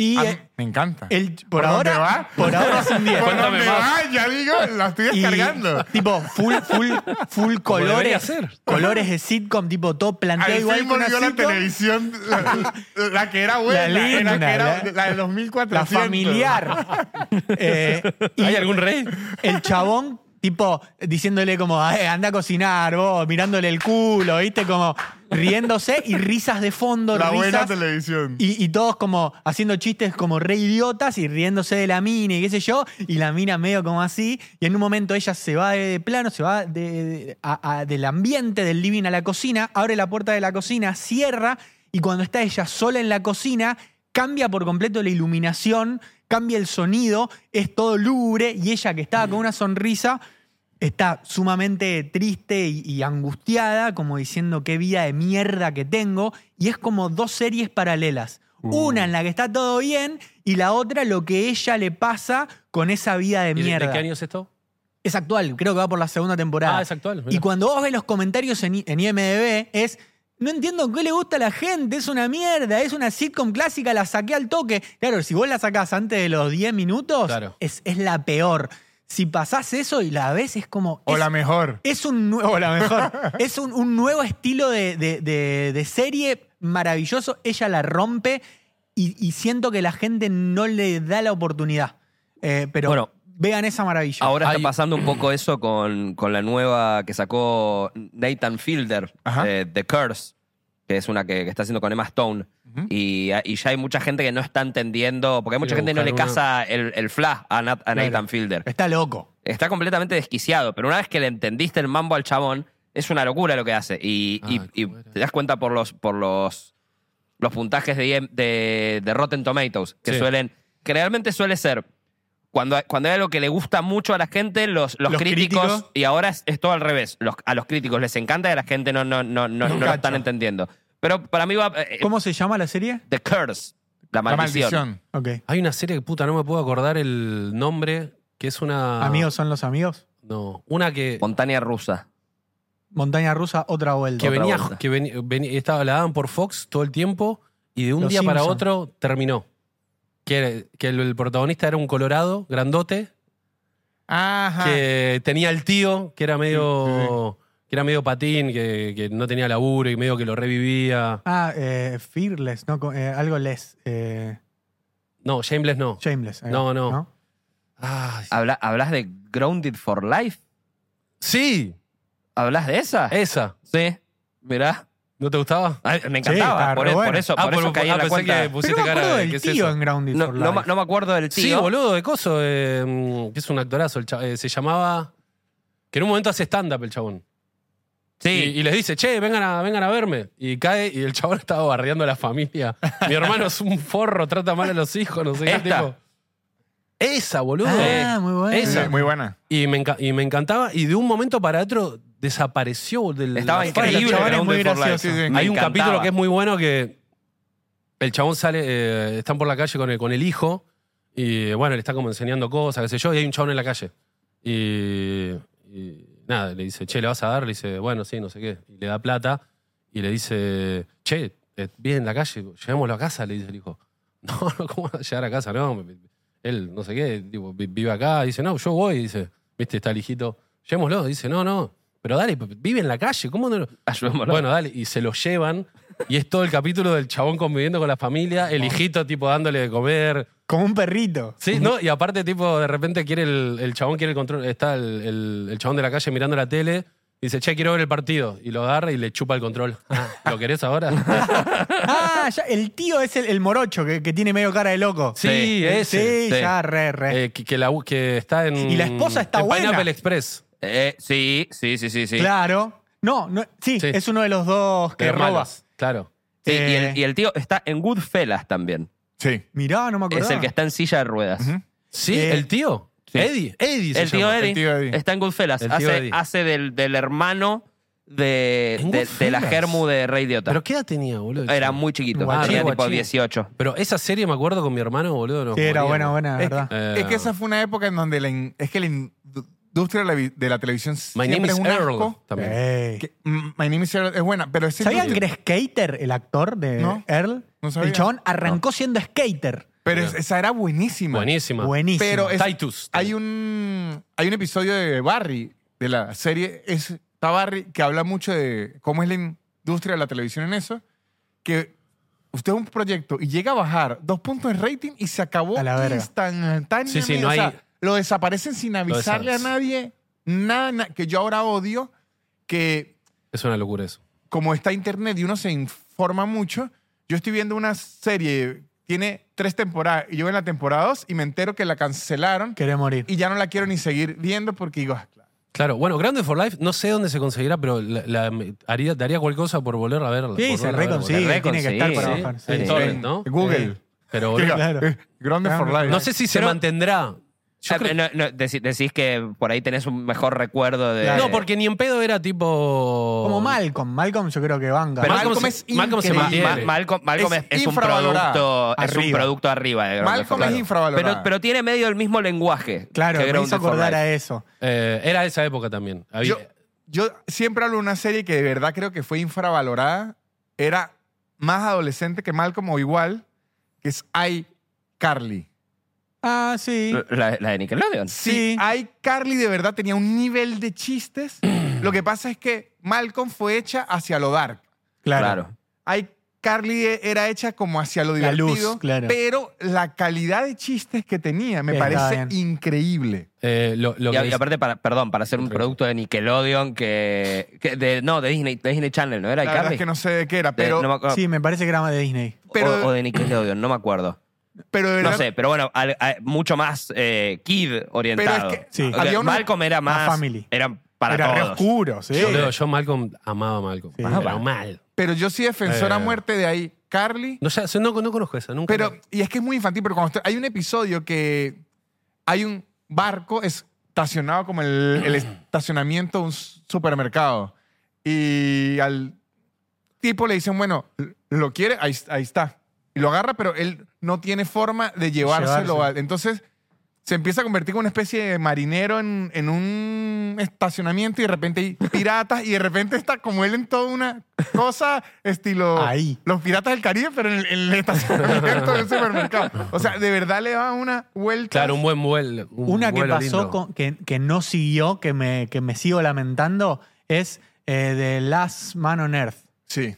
Speaker 4: Y
Speaker 2: A mí
Speaker 4: eh,
Speaker 2: me encanta.
Speaker 4: el, por,
Speaker 2: Ah. dónde
Speaker 4: ahora,
Speaker 2: va?
Speaker 4: por ahora es un
Speaker 2: ¿Por
Speaker 4: diez.
Speaker 2: dónde va? Ya digo, la estoy
Speaker 4: Y,
Speaker 2: descargando.
Speaker 4: tipo, full, full, full
Speaker 1: debería
Speaker 4: colores.
Speaker 1: ser.
Speaker 4: Colores de sitcom, tipo, todo planteado
Speaker 2: Al
Speaker 4: igual
Speaker 2: fin
Speaker 4: que una
Speaker 2: volvió la
Speaker 4: sitcom.
Speaker 2: televisión, la, la que era buena, la,
Speaker 4: linda,
Speaker 2: que era,
Speaker 4: la-
Speaker 2: la, de 2400.
Speaker 4: La familiar. Eh, y-
Speaker 1: ¿Hay algún rey?
Speaker 4: el chabón, tipo, diciéndole como, "Ay, anda a cocinar, vos, mirándole el culo, ¿viste? Como riéndose y risas de fondo,
Speaker 2: La buena
Speaker 4: risas.
Speaker 2: televisión.
Speaker 4: Y, y todos como haciendo chistes como re idiotas y riéndose de la mina y qué sé yo, y la mina medio como así, y en un momento ella se va de plano, se va de- de- a- a- del ambiente del living a la cocina, abre la puerta de la cocina, cierra, y cuando está ella sola en la cocina, cambia por completo la iluminación, cambia el sonido, es todo lúgubre, y ella que estaba con una sonrisa... Está sumamente triste y, y angustiada, como diciendo qué vida de mierda que tengo. Y es como dos series paralelas.
Speaker 1: Uh.
Speaker 4: Una en la que está todo bien y la otra lo que ella le pasa con esa vida de
Speaker 1: ¿Y de-
Speaker 4: mierda.
Speaker 1: ¿De qué año es esto?
Speaker 4: Es actual, creo que va por la segunda temporada.
Speaker 1: Ah, es actual, mirá.
Speaker 4: Y cuando vos ves los comentarios en, I- en IMDB, es. No entiendo qué le gusta a la gente, es una mierda, es una sitcom clásica, la saqué al toque. Claro, si vos la sacás antes de los 10 minutos,
Speaker 1: Claro.
Speaker 4: es, es la peor. Si pasás eso y la ves, es como.
Speaker 2: O
Speaker 4: es-
Speaker 2: la mejor.
Speaker 4: es un nuevo, la mejor. es un, un nuevo estilo de, de- de- de serie maravilloso. Ella la rompe y, y siento que la gente no le da la oportunidad. Eh, pero
Speaker 3: Bueno.
Speaker 4: vean esa maravilla.
Speaker 3: Ahora
Speaker 1: Hay-
Speaker 3: está pasando un poco eso con, con la nueva que sacó Nathan Fielder,
Speaker 2: Ajá.
Speaker 3: eh, The Curse, que es una que, que está haciendo con Emma Stone. y, y ya hay mucha gente que no está entendiendo, porque hay mucha
Speaker 1: Quiero
Speaker 3: gente que no le
Speaker 1: buscar una.
Speaker 3: casa el, el flash a, Nat- a
Speaker 4: Claro.
Speaker 3: Nathan Fielder.
Speaker 4: Está loco.
Speaker 3: Está completamente desquiciado, pero una vez que le entendiste el mambo al chabón, es una locura lo que hace. Y, y-
Speaker 1: Ah,
Speaker 3: y
Speaker 1: cómo era.
Speaker 3: te das cuenta por los, por los, los puntajes de, IM- de, de Rotten Tomatoes, que
Speaker 1: Sí.
Speaker 3: suelen. que realmente suele ser. Cuando, hay- cuando hay algo que le gusta mucho a la gente, los, los,
Speaker 4: Los
Speaker 3: críticos,
Speaker 4: críticos.
Speaker 3: Y ahora es, es todo al revés. Los- a los críticos les encanta y a la gente no, no, no, no, no lo
Speaker 4: cacho.
Speaker 3: están entendiendo. Pero para mí va. eh,
Speaker 4: ¿Cómo se llama la serie?
Speaker 3: The Curse. La
Speaker 2: La
Speaker 3: maldición.
Speaker 2: maldición.
Speaker 4: Ok.
Speaker 1: Hay una serie que puta, no me puedo acordar el nombre, que es una.
Speaker 4: Amigos son los amigos.
Speaker 1: No, una que,
Speaker 3: Montaña rusa.
Speaker 4: Montaña rusa, otra vuelta.
Speaker 1: que venía,
Speaker 3: vuelta.
Speaker 1: que venía, venía- estaba, la daban por Fox todo el tiempo y de un
Speaker 4: Los
Speaker 1: día para
Speaker 4: Simpson.
Speaker 1: otro terminó. Que, que el, el protagonista era un colorado, grandote,
Speaker 4: Ah.
Speaker 2: Ajá.
Speaker 1: que tenía el tío, que era medio, que era medio patín, que, que no tenía laburo y medio que lo revivía.
Speaker 4: Ah, eh, Fearless, no, co- eh, algo less. eh,
Speaker 1: No, Shameless no. Ah,
Speaker 4: shameless. eh, ahí va,
Speaker 1: No, no. Ay,
Speaker 3: Habla- ¿Hablas de Grounded for Life?
Speaker 1: sí,
Speaker 3: ¿Hablas de esa?
Speaker 1: esa.
Speaker 3: Sí. Mirá.
Speaker 1: ¿No te gustaba?
Speaker 3: Ay, me
Speaker 4: Sí,
Speaker 3: encantaba.
Speaker 4: está
Speaker 3: por,
Speaker 4: re
Speaker 3: e- por
Speaker 4: buena.
Speaker 3: eso,
Speaker 1: Ah,
Speaker 3: por eso
Speaker 1: por-
Speaker 3: caí
Speaker 1: ah,
Speaker 3: en la
Speaker 1: pensé
Speaker 3: cuenta.
Speaker 1: que pusiste
Speaker 4: Pero me
Speaker 1: cara
Speaker 4: acuerdo
Speaker 1: de,
Speaker 4: del
Speaker 1: ¿qué es
Speaker 4: tío
Speaker 1: eso?
Speaker 4: en Grounded
Speaker 3: No,
Speaker 4: for
Speaker 3: no me-
Speaker 4: Life.
Speaker 3: no me acuerdo del tío.
Speaker 1: Sí, boludo, de coso, eh, mm, que es un actorazo. El cha- eh, se llamaba. Que en un momento hace stand-up el chabón.
Speaker 3: Sí.
Speaker 1: Y, y les dice, che, vengan a, vengan a verme. Y cae y el chabón estaba barriando a la familia. Mi hermano es un forro, trata mal a los hijos, no sé qué
Speaker 3: Esta.
Speaker 1: tipo. Esa, boludo.
Speaker 4: Ah,
Speaker 1: Eh,
Speaker 4: muy bueno.
Speaker 2: Sí,
Speaker 1: esa.
Speaker 2: muy buena.
Speaker 1: Y, me enca- y me encantaba. Y de un momento para otro desapareció bol- del
Speaker 3: Estaba
Speaker 1: la-
Speaker 3: increíble.
Speaker 4: chabón es
Speaker 3: Grounded
Speaker 4: muy
Speaker 3: for Life.
Speaker 4: gracioso.
Speaker 2: Sí, sí.
Speaker 3: Me
Speaker 1: Hay un
Speaker 3: encantaba.
Speaker 1: capítulo que es muy bueno que el chabón sale, eh, están por la calle con el, con el hijo y bueno, le está como enseñando cosas, qué sé yo, y hay un chabón en la calle. Y, y nada, le dice, che, ¿le vas a dar? Le dice, bueno, sí, no sé qué. Y le da plata y le dice, che, eh, bien en la calle, llevémoslo a casa, le dice el hijo. No, no, ¿cómo vas a llegar a casa? No, me- me- él, no sé qué, tipo, vi- vive acá. Dice, no, yo voy, dice, viste, está el hijito, llevémoslo. Dice, no, no, pero dale, vive en la calle, ¿cómo no lo-
Speaker 3: Ayudémoslo.
Speaker 1: bueno, dale, y se lo llevan. Y es todo el capítulo del chabón conviviendo con la familia,
Speaker 4: Ah.
Speaker 1: el hijito tipo dándole de comer.
Speaker 4: Como un perrito.
Speaker 1: Sí, ¿no? Y aparte, tipo, de repente quiere el, el chabón quiere el control. Está el, el- el chabón de la calle mirando la tele. y Dice, che, quiero ver el partido. Y lo agarra y le chupa el control. ¿Lo querés ahora?
Speaker 4: Ah, ya, el tío es el, el morocho que, que tiene medio cara de loco.
Speaker 1: Sí, ese.
Speaker 4: Sí,
Speaker 3: sí.
Speaker 4: ya, re, re.
Speaker 1: Eh, que, que la, que está en.
Speaker 4: Y la esposa está
Speaker 1: en
Speaker 4: buena.
Speaker 1: Pineapple Express.
Speaker 3: Eh, sí, sí, sí, sí. sí.
Speaker 4: Claro. No, no sí,
Speaker 1: Sí.
Speaker 4: es uno de los dos que
Speaker 1: Pero
Speaker 4: roba.
Speaker 1: malos, Claro.
Speaker 3: Sí, y,
Speaker 4: Eh.
Speaker 3: el, y el tío está en Goodfellas también.
Speaker 2: Sí.
Speaker 4: Mirá, no me acuerdo.
Speaker 3: Es el que está en silla de ruedas.
Speaker 2: Ujú.
Speaker 1: Sí,
Speaker 4: Eh,
Speaker 1: el tío.
Speaker 3: sí.
Speaker 1: Eddie. Eddie se
Speaker 3: El tío,
Speaker 1: llama.
Speaker 3: Eddie
Speaker 2: El tío Eddie.
Speaker 3: está en Goodfellas.
Speaker 1: El tío
Speaker 3: Hace,
Speaker 1: Eddie.
Speaker 3: hace del, del hermano de,
Speaker 1: ¿En
Speaker 3: de- de la
Speaker 1: Goodfellas?
Speaker 3: germu de Rey Diota.
Speaker 1: ¿Pero qué edad tenía, boludo?
Speaker 3: Era muy chiquito.
Speaker 1: Guachín,
Speaker 3: tenía tipo
Speaker 1: guachín.
Speaker 3: 18.
Speaker 1: Pero esa serie me acuerdo con mi hermano, boludo. nos
Speaker 4: Sí, era
Speaker 1: moríamos.
Speaker 4: buena, buena, de
Speaker 2: Es,
Speaker 4: verdad.
Speaker 1: Eh,
Speaker 2: es que esa fue una época en donde la, in- es que la in- industria de la, vi- de la televisión
Speaker 1: My
Speaker 2: siempre
Speaker 1: name
Speaker 2: es
Speaker 1: is
Speaker 2: un
Speaker 1: Earl.
Speaker 2: asco.
Speaker 1: También.
Speaker 4: Ey.
Speaker 2: Que- mm, My name is Earl es buena, pero ese
Speaker 4: ¿Sabían
Speaker 2: título-
Speaker 4: que era skater el actor de
Speaker 2: No,
Speaker 4: Earl?
Speaker 2: no sabía.
Speaker 4: El chabón arrancó siendo skater.
Speaker 2: Pero es- esa era buenísima.
Speaker 1: Buenísima.
Speaker 4: Buenísimo.
Speaker 2: Pero es-
Speaker 1: Titus.
Speaker 2: Hay un hay un episodio de Barry de la serie es está Barry que habla mucho de cómo es la industria de la televisión en eso que usted es un proyecto y llega a bajar dos puntos en rating y se acabó
Speaker 4: A la verga.
Speaker 1: Sí,
Speaker 2: instantáneamente.
Speaker 1: sí, no
Speaker 2: O sea,
Speaker 1: hay-
Speaker 2: lo desaparecen sin avisarle a
Speaker 1: desaparecen.
Speaker 2: nadie nada, na- que yo ahora odio que
Speaker 1: Es una locura eso.
Speaker 2: como está internet y uno se informa mucho, yo estoy viendo una serie, tiene tres temporadas, y yo veo en la temporada dos y me entero que la cancelaron
Speaker 4: Quería morir.
Speaker 2: y ya no la quiero ni seguir viendo porque digo, ah, claro.
Speaker 1: Claro, bueno, Grande for Life, no sé dónde se conseguirá, pero la, la- me- haría, daría cualquier cosa por volver a verla.
Speaker 4: Sí,
Speaker 1: por
Speaker 4: se
Speaker 1: volver a verla,
Speaker 4: reconsigue.
Speaker 3: re
Speaker 4: Tiene que estar
Speaker 3: consigue,
Speaker 4: para
Speaker 3: sí.
Speaker 4: bajar.
Speaker 1: En
Speaker 4: Sí.
Speaker 1: torrent,
Speaker 2: Sí.
Speaker 1: ¿no?
Speaker 2: Google.
Speaker 1: Eh, Pero boludo,
Speaker 2: Diga,
Speaker 4: claro.
Speaker 2: eh, Grande for Life.
Speaker 1: no sé si se
Speaker 3: Pero-
Speaker 1: mantendrá. Yo
Speaker 3: Eh,
Speaker 1: creo-
Speaker 3: no, no, deci- decís que por ahí tenés un mejor recuerdo de.
Speaker 4: Claro.
Speaker 1: no, porque ni en pedo era tipo.
Speaker 4: Como Malcolm. Malcolm yo creo que vanga.
Speaker 1: Pero
Speaker 2: Malcolm
Speaker 1: Malcolm,
Speaker 2: es
Speaker 1: se, Malcolm se
Speaker 2: increíble.
Speaker 3: Ma- Ma-
Speaker 1: mantiene.
Speaker 3: Malcolm, Malcolm
Speaker 2: Es
Speaker 3: es, es un
Speaker 2: infravalorada.
Speaker 3: producto es un
Speaker 4: Arriba.
Speaker 3: producto arriba de Grounded for
Speaker 2: Malcolm es
Speaker 3: Life.
Speaker 2: infravalorada.
Speaker 3: Pero, pero tiene medio el mismo lenguaje.
Speaker 4: claro,
Speaker 3: que
Speaker 4: me
Speaker 3: Grounded
Speaker 4: hizo
Speaker 3: for
Speaker 4: acordar
Speaker 3: Life.
Speaker 4: a eso.
Speaker 1: Eh, era esa época también. Había-
Speaker 2: Yo, yo siempre hablo de una serie que de verdad creo que fue infravalorada. Era más adolescente que Malcolm o igual, que es I, Carly.
Speaker 4: Ah, sí.
Speaker 3: La, la de Nickelodeon.
Speaker 2: Sí,
Speaker 4: Sí.
Speaker 2: iCarly de verdad tenía un nivel de chistes. lo que pasa es que Malcolm fue hecha hacia lo dark.
Speaker 4: Claro.
Speaker 3: claro.
Speaker 2: iCarly era hecha como hacia lo
Speaker 4: La luz,
Speaker 2: divertido,
Speaker 4: claro.
Speaker 2: pero la calidad de chistes que tenía me
Speaker 4: Está
Speaker 2: parece
Speaker 4: bien.
Speaker 2: increíble.
Speaker 1: eh, lo, lo
Speaker 3: Y,
Speaker 1: que
Speaker 3: y
Speaker 1: dice-
Speaker 3: aparte, para, perdón, para hacer un
Speaker 1: Tranquilo.
Speaker 3: producto de Nickelodeon que. que de, no, de Disney, de Disney Channel, ¿no era
Speaker 2: la verdad
Speaker 3: iCarly?
Speaker 2: es que no sé de qué era,
Speaker 3: De-
Speaker 2: pero,
Speaker 3: Eh, no me acuerdo.
Speaker 4: Sí, me parece que era más de Disney.
Speaker 2: pero-
Speaker 3: o, o de Nickelodeon, no me acuerdo.
Speaker 2: pero de verdad
Speaker 3: No sé, pero bueno, al- a- mucho más eh, kid orientado.
Speaker 2: Pero es que
Speaker 4: Sí.
Speaker 3: Ok,
Speaker 2: había una-
Speaker 3: Malcolm era
Speaker 4: más
Speaker 3: más.
Speaker 4: family.
Speaker 3: Era para
Speaker 4: era re
Speaker 3: todos.
Speaker 4: oscuro, sí.
Speaker 1: Boludo, yo Malcolm amaba a Malcolm.
Speaker 4: Sí.
Speaker 3: Ah,
Speaker 1: Pero mal.
Speaker 2: Pero yo sí defensora a
Speaker 1: Eh.
Speaker 2: muerte de ahí, Carly.
Speaker 1: No, ya- no, no conozco esa, nunca.
Speaker 2: Pero, y es que es muy infantil, pero cuando usted- hay un episodio que hay un barco estacionado como el, el estacionamiento de un supermercado. Y al tipo le dicen, bueno, lo quiere, ahí, ahí está. Y lo agarra, pero él no tiene forma de llevárselo.
Speaker 4: Llevarse.
Speaker 2: al- entonces se empieza a convertir como una especie de marinero en, en un estacionamiento y de repente hay piratas y de repente está como él en toda una cosa estilo
Speaker 4: Ahí.
Speaker 2: los piratas del Caribe, pero en el, en el estacionamiento del supermercado. O sea, de verdad le da una vuelta.
Speaker 1: Claro, un buen vuelo. un
Speaker 4: Una que
Speaker 1: vuelo
Speaker 4: pasó,
Speaker 1: lindo.
Speaker 4: con- que, que no siguió, que me, que me sigo lamentando, es eh, The Last Man on Earth
Speaker 2: Sí,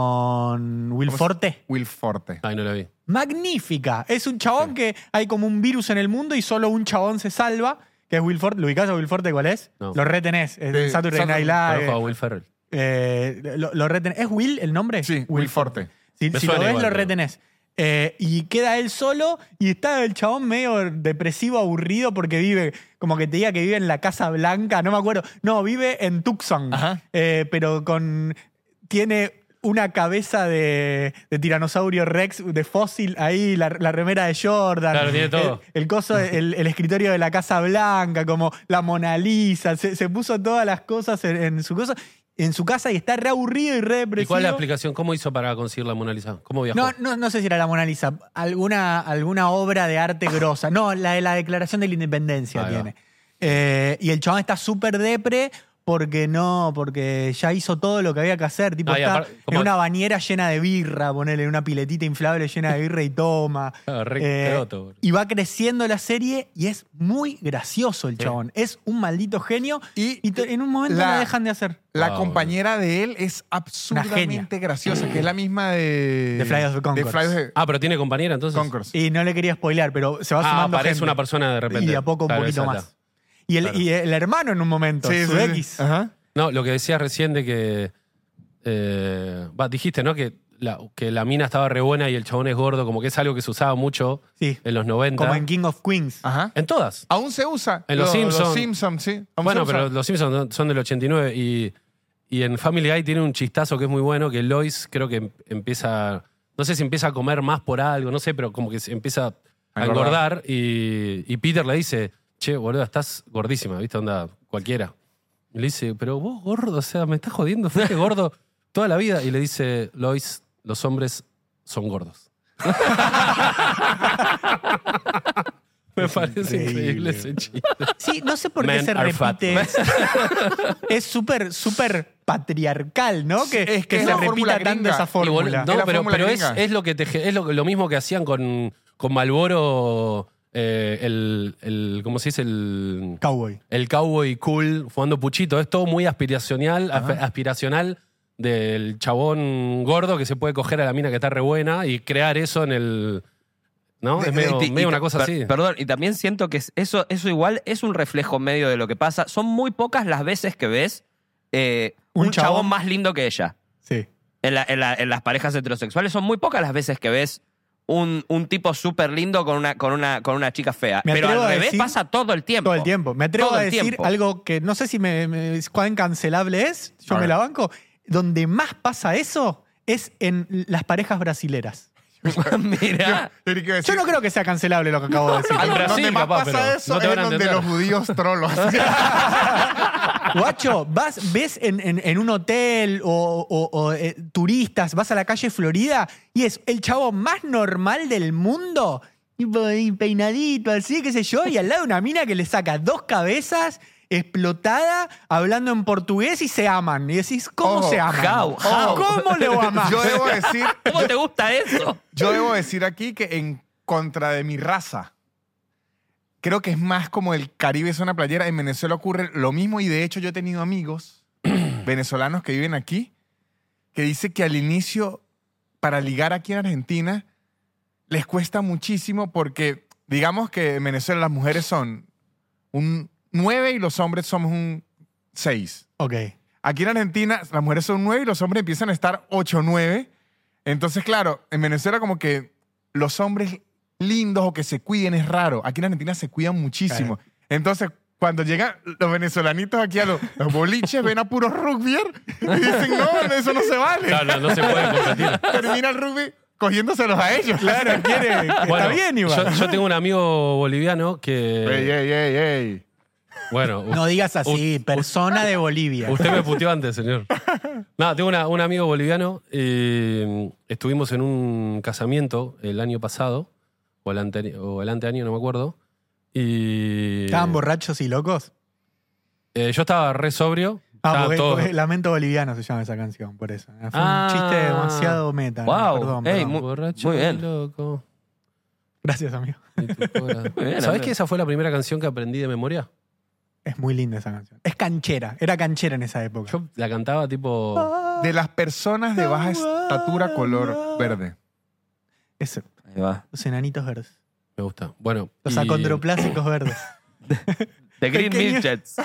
Speaker 4: con Will
Speaker 2: ¿Cómo se-
Speaker 4: Forte.
Speaker 2: Will Forte.
Speaker 1: Ay, no lo vi.
Speaker 4: Magnífica. Es un chabón que hay como un virus en el mundo y solo un chabón se salva, que es Will Forte. ¿Lo ubicás a Will Forte cuál es?
Speaker 1: No.
Speaker 4: Lo retenés. Es
Speaker 2: Sí,
Speaker 4: de Saturday
Speaker 2: Saturday-
Speaker 4: Night Live.
Speaker 1: Conozco a Will Ferrell.
Speaker 4: Eh, lo, lo reten- ¿Es Will el nombre?
Speaker 2: Sí, Will Forte.
Speaker 4: Si,
Speaker 1: Me
Speaker 4: si lo
Speaker 1: suena
Speaker 4: ves,
Speaker 1: igual,
Speaker 4: lo
Speaker 1: pero-
Speaker 4: retenés. Eh, y queda él solo y está el chabón medio depresivo, aburrido, porque vive, como que te diga que vive en la Casa Blanca, no me acuerdo. No, vive en Tucson,
Speaker 2: Ajá.
Speaker 4: Eh, pero con... Tiene una cabeza de, de tiranosaurio rex, de fósil, ahí la, la remera de Jordan.
Speaker 1: Claro, tiene todo.
Speaker 4: El, el coso, el, el escritorio de la Casa Blanca, como la Mona Lisa, se, se puso todas las cosas en, en su cosa, en su casa y está re aburrido y re
Speaker 1: ¿Y
Speaker 4: depresivo.
Speaker 1: cuál es la aplicación? ¿Cómo hizo para conseguir la Mona Lisa? ¿Cómo viajó?
Speaker 4: No, no, no sé si era la Mona Lisa. Alguna, alguna obra de arte grosa. No, la de la Declaración de la Independencia
Speaker 1: Ah. Ahí va.
Speaker 4: tiene. Eh, y el chabón está súper depre porque no, porque ya hizo todo lo que había que hacer. Tipo,
Speaker 1: No, Ah, y
Speaker 4: está
Speaker 1: aparte,
Speaker 4: en
Speaker 1: como-
Speaker 4: una bañera llena de birra, ponele una piletita inflable llena de birra y toma.
Speaker 1: Ah, re
Speaker 4: Eh,
Speaker 1: caroto, boludo.
Speaker 4: y va creciendo la serie y es muy gracioso el chabón. Es un maldito genio
Speaker 2: Y-
Speaker 4: y, te- en un momento
Speaker 2: la-
Speaker 4: la dejan de hacer.
Speaker 2: La
Speaker 1: Wow,
Speaker 2: compañera de él es absolutamente graciosa, que es la misma de...
Speaker 4: De Flight of the
Speaker 2: De
Speaker 4: Conchords.
Speaker 2: Flight of the
Speaker 1: Ah, pero tiene compañera entonces.
Speaker 2: Conchords.
Speaker 4: Y no le quería spoilear, pero se va
Speaker 1: Ah,
Speaker 4: sumando
Speaker 1: aparece
Speaker 4: gente.
Speaker 1: una persona de repente.
Speaker 4: Y de a poco un
Speaker 1: Claro,
Speaker 4: poquito
Speaker 1: esa
Speaker 4: más.
Speaker 1: está.
Speaker 4: Y el,
Speaker 1: Claro.
Speaker 4: y el hermano en un momento, Ah, su ex.
Speaker 2: Ajá.
Speaker 1: No, lo que decías recién de que. eh, va, dijiste, ¿no? Que la, que la mina estaba re buena y el chabón es gordo, como que es algo que se usaba mucho
Speaker 4: Sí,
Speaker 1: en los 90.
Speaker 4: como en King of Queens.
Speaker 2: Ajá.
Speaker 1: En todas.
Speaker 2: Aún se usa.
Speaker 1: En los Simpson.
Speaker 2: Los Simpsons, sí. Aún
Speaker 1: Bueno,
Speaker 2: se
Speaker 1: pero
Speaker 2: usa.
Speaker 1: los Simpsons son del 89 y, y en Family Guy tiene un chistazo que es muy bueno, que Lois creo que em- empieza, no sé si empieza a comer más por algo, no sé, pero como que se empieza a
Speaker 2: A engordar.
Speaker 1: engordar y, y Peter le dice, che, boludo, estás gordísima, ¿viste? Onda, cualquiera. Y le dice, pero vos gordo, o sea, me estás jodiendo, fuiste gordo toda la vida. Y le dice, Lois, los hombres son gordos. me parece increíble
Speaker 4: increíble.
Speaker 1: ese chiste.
Speaker 4: Sí, no sé por qué
Speaker 1: Men
Speaker 4: se
Speaker 1: are
Speaker 4: repite. es súper, súper patriarcal, ¿no? Que,
Speaker 2: es
Speaker 4: que
Speaker 2: que es
Speaker 4: se
Speaker 2: la fórmula
Speaker 4: repita tanto
Speaker 2: gringa.
Speaker 4: esa
Speaker 2: Y
Speaker 1: Y
Speaker 4: fórmula.
Speaker 1: bol-
Speaker 2: Es
Speaker 1: No,
Speaker 2: la
Speaker 1: pero,
Speaker 2: fórmula
Speaker 1: pero es,
Speaker 2: gringa.
Speaker 1: es lo que te ge- es lo, lo mismo que hacían con, con Malboro, eh, el, el- ¿Cómo se dice? El,
Speaker 4: Cowboy.
Speaker 1: el cowboy cool fumando puchito. Es todo muy aspiracional, asp- aspiracional del chabón gordo que se puede coger a la mina que está re buena y crear eso en el. ¿No?
Speaker 2: De-
Speaker 1: es medio,
Speaker 3: Y- y-
Speaker 1: medio
Speaker 3: y-
Speaker 1: una cosa
Speaker 3: per-
Speaker 1: así.
Speaker 3: Perdón, y también siento que es- eso, eso igual es un reflejo medio de lo que pasa. Son muy pocas las veces que ves eh,
Speaker 4: Un
Speaker 3: un, chabón,
Speaker 4: chabón-
Speaker 3: más lindo que ella.
Speaker 4: Sí.
Speaker 3: En, la- en la- en las parejas heterosexuales son muy pocas las veces que ves un, un tipo súper lindo con una, con, una, con una chica fea.
Speaker 4: Me
Speaker 3: Pero
Speaker 4: atrevo
Speaker 3: al
Speaker 4: a
Speaker 3: revés
Speaker 4: decir-
Speaker 3: pasa todo el tiempo.
Speaker 4: Todo el tiempo. Me atrevo
Speaker 3: Todo
Speaker 4: a
Speaker 3: el
Speaker 4: decir
Speaker 3: tiempo.
Speaker 4: algo que no sé si me, me- es- cuán cancelable es, yo
Speaker 2: A
Speaker 4: me
Speaker 2: ver.
Speaker 4: la banco. Donde más pasa eso es en las parejas brasileras.
Speaker 3: Mira.
Speaker 2: Yo tenía que
Speaker 4: Yo
Speaker 2: decir-
Speaker 4: no creo que sea cancelable lo que acabo de decir.
Speaker 1: En
Speaker 2: Al-
Speaker 1: Brasil,
Speaker 2: donde más
Speaker 1: capaz, pero
Speaker 2: pasa eso
Speaker 1: no te
Speaker 2: es
Speaker 1: van a
Speaker 2: donde
Speaker 1: entender.
Speaker 2: los judíos trolos.
Speaker 4: Guacho, vas, ves en, en- en un hotel o, o- o, eh, turistas, vas a la calle Florida y es el chavo más normal del mundo, tipo ahí peinadito, así, qué sé yo, y al lado una mina que le saca dos cabezas, explotada, hablando en portugués y se aman. Y decís, ¿cómo
Speaker 2: Ojo,
Speaker 4: se aman?
Speaker 3: Oh, how, how.
Speaker 4: ¿Cómo lo amas?
Speaker 2: yo debo decir,
Speaker 3: ¿Cómo te gusta eso?
Speaker 2: yo debo decir aquí que en contra de mi raza, creo que es más como el Caribe zona playera. En Venezuela ocurre lo mismo y de hecho yo he tenido amigos venezolanos que viven aquí que dice que al inicio para ligar aquí en Argentina les cuesta muchísimo porque digamos que en Venezuela las mujeres son un 9 y los hombres somos un 6.
Speaker 4: Ok.
Speaker 2: Aquí en Argentina las mujeres son nueve y los hombres empiezan a estar ocho nueve. Entonces, claro, en Venezuela como que los hombres lindos o que se cuiden es raro. Aquí en Argentina se cuidan muchísimo. Entonces, cuando llegan los venezolanitos aquí a los, los boliches, ven a puros rugbier y dicen, no, eso no se vale.
Speaker 1: No, no, no se puede competir.
Speaker 2: Termina el rugby cogiéndoselos a ellos. Claro, quiere...
Speaker 1: Bueno,
Speaker 4: Está bien,
Speaker 1: yo,
Speaker 4: igual.
Speaker 1: yo tengo un amigo boliviano que.
Speaker 2: Ey, ey, ey, ey.
Speaker 1: Bueno,
Speaker 4: No digas así, persona de Bolivia.
Speaker 1: Usted me puteó antes, señor. No, tengo una- un amigo boliviano. eh, estuvimos en un casamiento el año pasado, o el, ante- o el anteaño, no me acuerdo. Y.
Speaker 4: ¿Estaban borrachos y locos?
Speaker 1: Eh, yo estaba re sobrio.
Speaker 4: Ah,
Speaker 1: Estaban
Speaker 4: porque
Speaker 1: todos-
Speaker 4: porque Lamento Boliviano se llama esa canción, por eso. Fue
Speaker 1: Ah.
Speaker 4: un chiste demasiado meta. ¿no?
Speaker 3: Wow.
Speaker 4: Perdón,
Speaker 3: Ey,
Speaker 4: perdón.
Speaker 3: mu-
Speaker 1: borracho
Speaker 3: muy
Speaker 1: y
Speaker 3: bien.
Speaker 1: loco.
Speaker 4: Gracias, amigo.
Speaker 3: Muy bien,
Speaker 1: ¿Sabés
Speaker 3: Andrés.
Speaker 1: que esa fue la primera canción que aprendí de memoria?
Speaker 4: Es muy linda esa canción. Es canchera. Era canchera en esa época.
Speaker 1: Yo la cantaba tipo.
Speaker 2: De las personas de baja estatura color verde.
Speaker 4: Eso.
Speaker 3: Ahí va.
Speaker 4: Los enanitos verdes.
Speaker 1: Me gusta. Bueno.
Speaker 4: Los
Speaker 1: y-
Speaker 4: acondroplásicos verdes.
Speaker 3: The Green
Speaker 4: Pequeño.
Speaker 3: Midgets.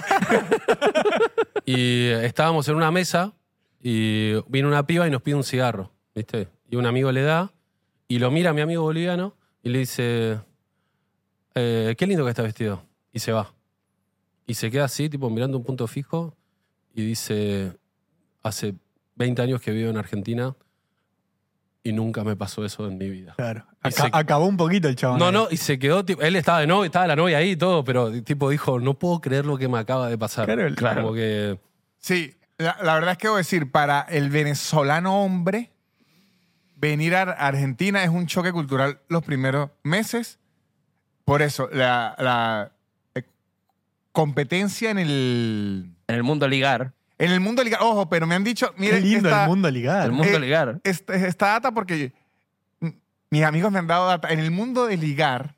Speaker 1: Y estábamos en una mesa y viene una piba y nos pide un cigarro, ¿viste? Y un amigo le da y lo mira a mi amigo boliviano y le dice, eh, qué lindo que está vestido. Y se va. Y se queda así, tipo mirando un punto fijo y dice, hace 20 años que vivo en Argentina y nunca me pasó eso en mi vida.
Speaker 4: Claro.
Speaker 1: Y
Speaker 4: Aca-
Speaker 1: se-
Speaker 4: Acabó un poquito el chabón.
Speaker 1: No,
Speaker 4: ahí.
Speaker 1: no, y se quedó, tipo, él estaba de novia, estaba la novia ahí y todo, pero tipo dijo, no puedo creer lo que me acaba de pasar.
Speaker 4: Claro, claro.
Speaker 1: Como que...
Speaker 2: Sí, la, la verdad es que debo decir, para el venezolano hombre, venir a Ar- Argentina es un choque cultural los primeros meses. Por eso, la, la, eh, competencia en el,
Speaker 3: En el mundo ligar.
Speaker 2: en el mundo ligar. Ojo, pero me han dicho,
Speaker 4: Qué
Speaker 2: miren,
Speaker 4: lindo
Speaker 2: esta,
Speaker 4: el mundo ligado.
Speaker 3: El mundo
Speaker 2: Eh,
Speaker 3: ligar.
Speaker 2: esta- esta data porque mm, mis amigos me han dado data. En el mundo de ligar,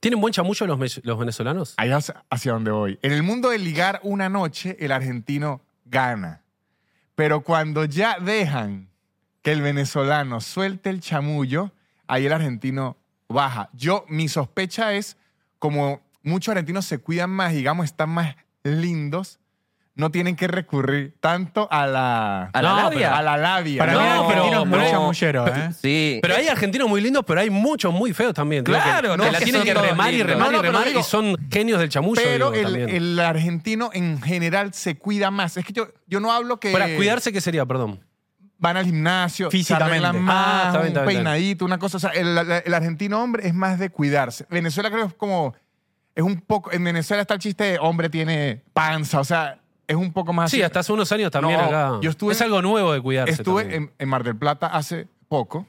Speaker 1: ¿Tienen buen chamullo los, me- los venezolanos?
Speaker 2: Ahí hacia, hacia donde voy. En el mundo de ligar una noche, el argentino gana. Pero cuando ya dejan que el venezolano suelte el chamullo, ahí el argentino baja. Yo, mi sospecha es, como muchos argentinos se cuidan más, digamos, están más lindos, no tienen que recurrir tanto a la,
Speaker 3: A la
Speaker 1: No,
Speaker 3: labia.
Speaker 2: a la labia.
Speaker 4: Para
Speaker 1: No,
Speaker 4: mí el argentino es
Speaker 1: pero-
Speaker 4: muy
Speaker 1: pero-
Speaker 4: chamullero, ¿eh?
Speaker 3: Sí.
Speaker 1: Pero hay argentinos muy lindos, pero hay muchos muy feos también. Digo
Speaker 3: Claro,
Speaker 1: que,
Speaker 3: no,
Speaker 1: que
Speaker 3: es
Speaker 1: la
Speaker 3: que
Speaker 1: tienen
Speaker 3: son
Speaker 1: que
Speaker 3: todos
Speaker 1: remar y
Speaker 3: lindos.
Speaker 1: remar
Speaker 2: No, no,
Speaker 1: y
Speaker 2: pero
Speaker 1: remar
Speaker 2: digo-
Speaker 1: y son genios del chamullo.
Speaker 2: Pero
Speaker 1: digo,
Speaker 2: el,
Speaker 1: también.
Speaker 2: el argentino en general se cuida más. Es que yo, yo no hablo que...
Speaker 1: Para cuidarse, ¿qué sería? Perdón.
Speaker 2: van al gimnasio,
Speaker 4: Físicamente.
Speaker 2: se arreglan más,
Speaker 1: Ah, está bien, está
Speaker 2: un
Speaker 1: bien, está bien.
Speaker 2: peinadito, una cosa. O sea, el, el- el argentino hombre es más de cuidarse. Venezuela creo que es como. Es un poco. En Venezuela está el chiste de hombre tiene panza. O sea, es un poco más.
Speaker 1: Sí,
Speaker 2: así.
Speaker 1: hasta hace unos años también
Speaker 2: No,
Speaker 1: acá.
Speaker 2: yo estuve-
Speaker 1: es algo nuevo de cuidarse.
Speaker 2: Estuve
Speaker 1: también.
Speaker 2: en, en Mar del Plata hace poco.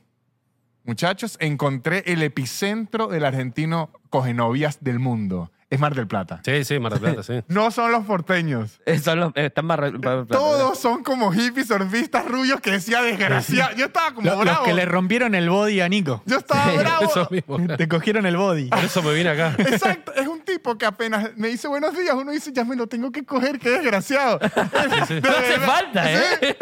Speaker 2: Muchachos, encontré el epicentro del argentino cogenovias del mundo. Es Mar del Plata.
Speaker 1: Sí, sí, Mar del Plata, sí.
Speaker 2: No son los porteños.
Speaker 3: Eh, son los- eh, están más re- pa- pa-
Speaker 2: Todos son como hippies, surfistas, rubios que decía desgraciado. Yo estaba como
Speaker 4: Lo- Los,
Speaker 2: bravo.
Speaker 4: que le rompieron el body a Nico.
Speaker 2: Yo estaba bravo.
Speaker 1: Eso mismo. Por
Speaker 4: Te cogieron el body.
Speaker 1: eso me vine acá.
Speaker 2: Exacto, es un tipo que apenas me dice buenos días, uno dice ya me lo tengo que coger, qué desgraciado.
Speaker 3: No hace falta, ¿eh?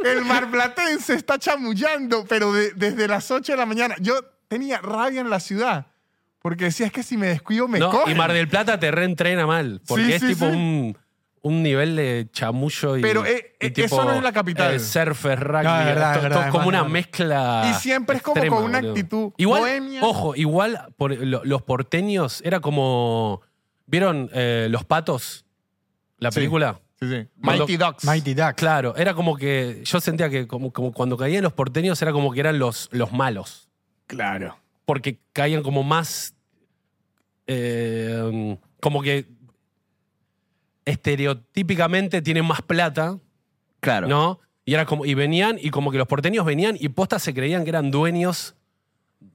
Speaker 2: El, el marplatense está chamullando, pero de- desde las 8 de la mañana. Yo tenía rabia en la ciudad, porque decía, es que si me descuido me
Speaker 1: No,
Speaker 2: cogen.
Speaker 1: y Mar del Plata te reentrena mal. Porque
Speaker 2: Sí,
Speaker 1: es
Speaker 2: sí,
Speaker 1: tipo
Speaker 2: sí.
Speaker 1: un, un nivel de chamullo y.
Speaker 2: Pero, eh,
Speaker 1: y
Speaker 2: eh, eso no es la capital.
Speaker 1: eh, surfer, rugby.
Speaker 4: No, es verdad,
Speaker 1: esto-
Speaker 4: es
Speaker 1: esto
Speaker 4: verdad,
Speaker 1: es
Speaker 4: es
Speaker 1: como
Speaker 4: más
Speaker 1: una
Speaker 4: normal.
Speaker 1: mezcla.
Speaker 2: Y siempre es como
Speaker 1: extrema,
Speaker 2: con una
Speaker 1: boludo.
Speaker 2: actitud
Speaker 1: igual,
Speaker 2: bohemia.
Speaker 1: Ojo, igual por, lo- los porteños era como. ¿Vieron eh, Los Patos? La
Speaker 2: Sí.
Speaker 1: película.
Speaker 2: Sí, sí.
Speaker 1: Cuando-
Speaker 2: Mighty Ducks.
Speaker 4: Mighty Duck.
Speaker 1: Claro, era como que. Yo sentía que como, como cuando caían los porteños era como que eran los, los malos
Speaker 4: Claro.
Speaker 1: porque caían como más. eh, como que estereotípicamente tienen más plata,
Speaker 3: Claro.
Speaker 1: ¿no? Y, era como, y venían, y como que los porteños venían y postas se creían que eran dueños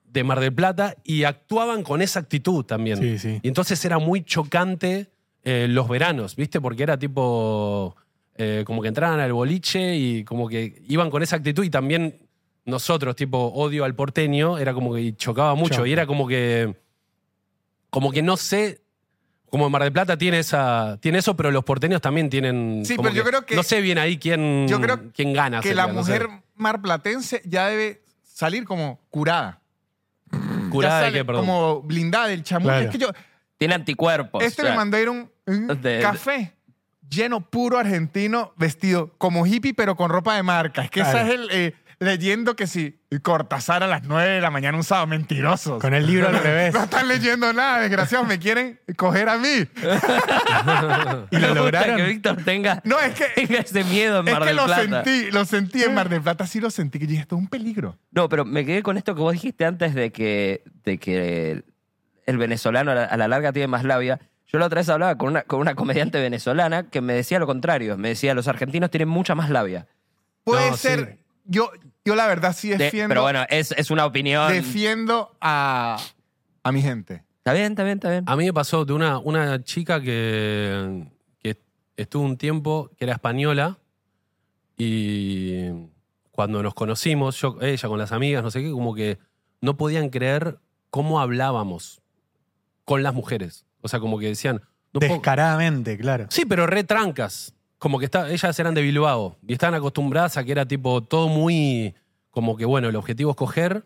Speaker 1: de Mar del Plata y actuaban con esa actitud también.
Speaker 4: Sí, sí.
Speaker 1: Y entonces era muy chocante eh, los veranos, ¿viste? Porque era tipo. eh, como que entraban al boliche y como que iban con esa actitud y también nosotros, tipo, odio al porteño, era como que chocaba mucho.
Speaker 4: Choca.
Speaker 1: Y era como que. Como que no sé. Como Mar del Plata tiene esa. Tiene eso, pero los porteños también tienen.
Speaker 2: Sí,
Speaker 1: como
Speaker 2: pero yo creo que-
Speaker 1: No sé bien ahí quién,
Speaker 2: Yo creo
Speaker 1: quién gana.
Speaker 2: Que
Speaker 1: sería,
Speaker 2: la
Speaker 1: no sé.
Speaker 2: mujer marplatense ya debe salir como curada.
Speaker 1: curada de
Speaker 2: Ya sale
Speaker 1: qué, perdón.
Speaker 2: Como blindada del chamullo.
Speaker 4: Claro.
Speaker 2: Es que yo,
Speaker 3: Tiene anticuerpos.
Speaker 2: Este
Speaker 3: o sea,
Speaker 2: le mandó a ir un, un
Speaker 3: De- de-
Speaker 2: café lleno puro argentino, vestido como hippie, pero con ropa de marca. Es que esa
Speaker 4: Claro.
Speaker 2: es el eh, leyendo que si Cortázar a las 9 de la mañana un sábado, mentirosos.
Speaker 4: Con el libro al revés.
Speaker 2: No están leyendo nada, desgraciados, me quieren coger a mí.
Speaker 4: Y lo
Speaker 3: me gusta que
Speaker 4: lograron.
Speaker 3: Víctor tenga,
Speaker 2: No, es que,
Speaker 3: tenga ese miedo en
Speaker 2: es
Speaker 3: Mar
Speaker 2: que
Speaker 3: del
Speaker 2: lo
Speaker 3: Plata.
Speaker 2: sentí, lo sentí en Mar del Plata, sí lo sentí, que dije, esto es un peligro.
Speaker 3: No, pero me quedé con esto que vos dijiste antes de que, de que el venezolano a la, a la larga tiene más labia. Yo la otra vez hablaba con una, con una comediante venezolana que me decía lo contrario. Me decía, los argentinos tienen mucha más labia.
Speaker 2: Puede
Speaker 1: No, sí.
Speaker 2: ser, yo, yo la verdad sí
Speaker 3: De-
Speaker 2: defiendo,
Speaker 3: pero bueno, es, es una opinión.
Speaker 2: defiendo a, a mi gente.
Speaker 3: Está bien, está bien, está bien.
Speaker 1: A mí me pasó de una, una chica que, que estuvo un tiempo, que era española, y cuando nos conocimos, yo, ella con las amigas, no sé qué, como que no podían creer cómo hablábamos con las mujeres. O sea, como que decían... No puedo-
Speaker 4: Descaradamente, claro.
Speaker 1: Sí, pero re trancas. Como que está, ellas eran de Bilbao y estaban acostumbradas a que era tipo todo muy. Como que bueno, el objetivo es coger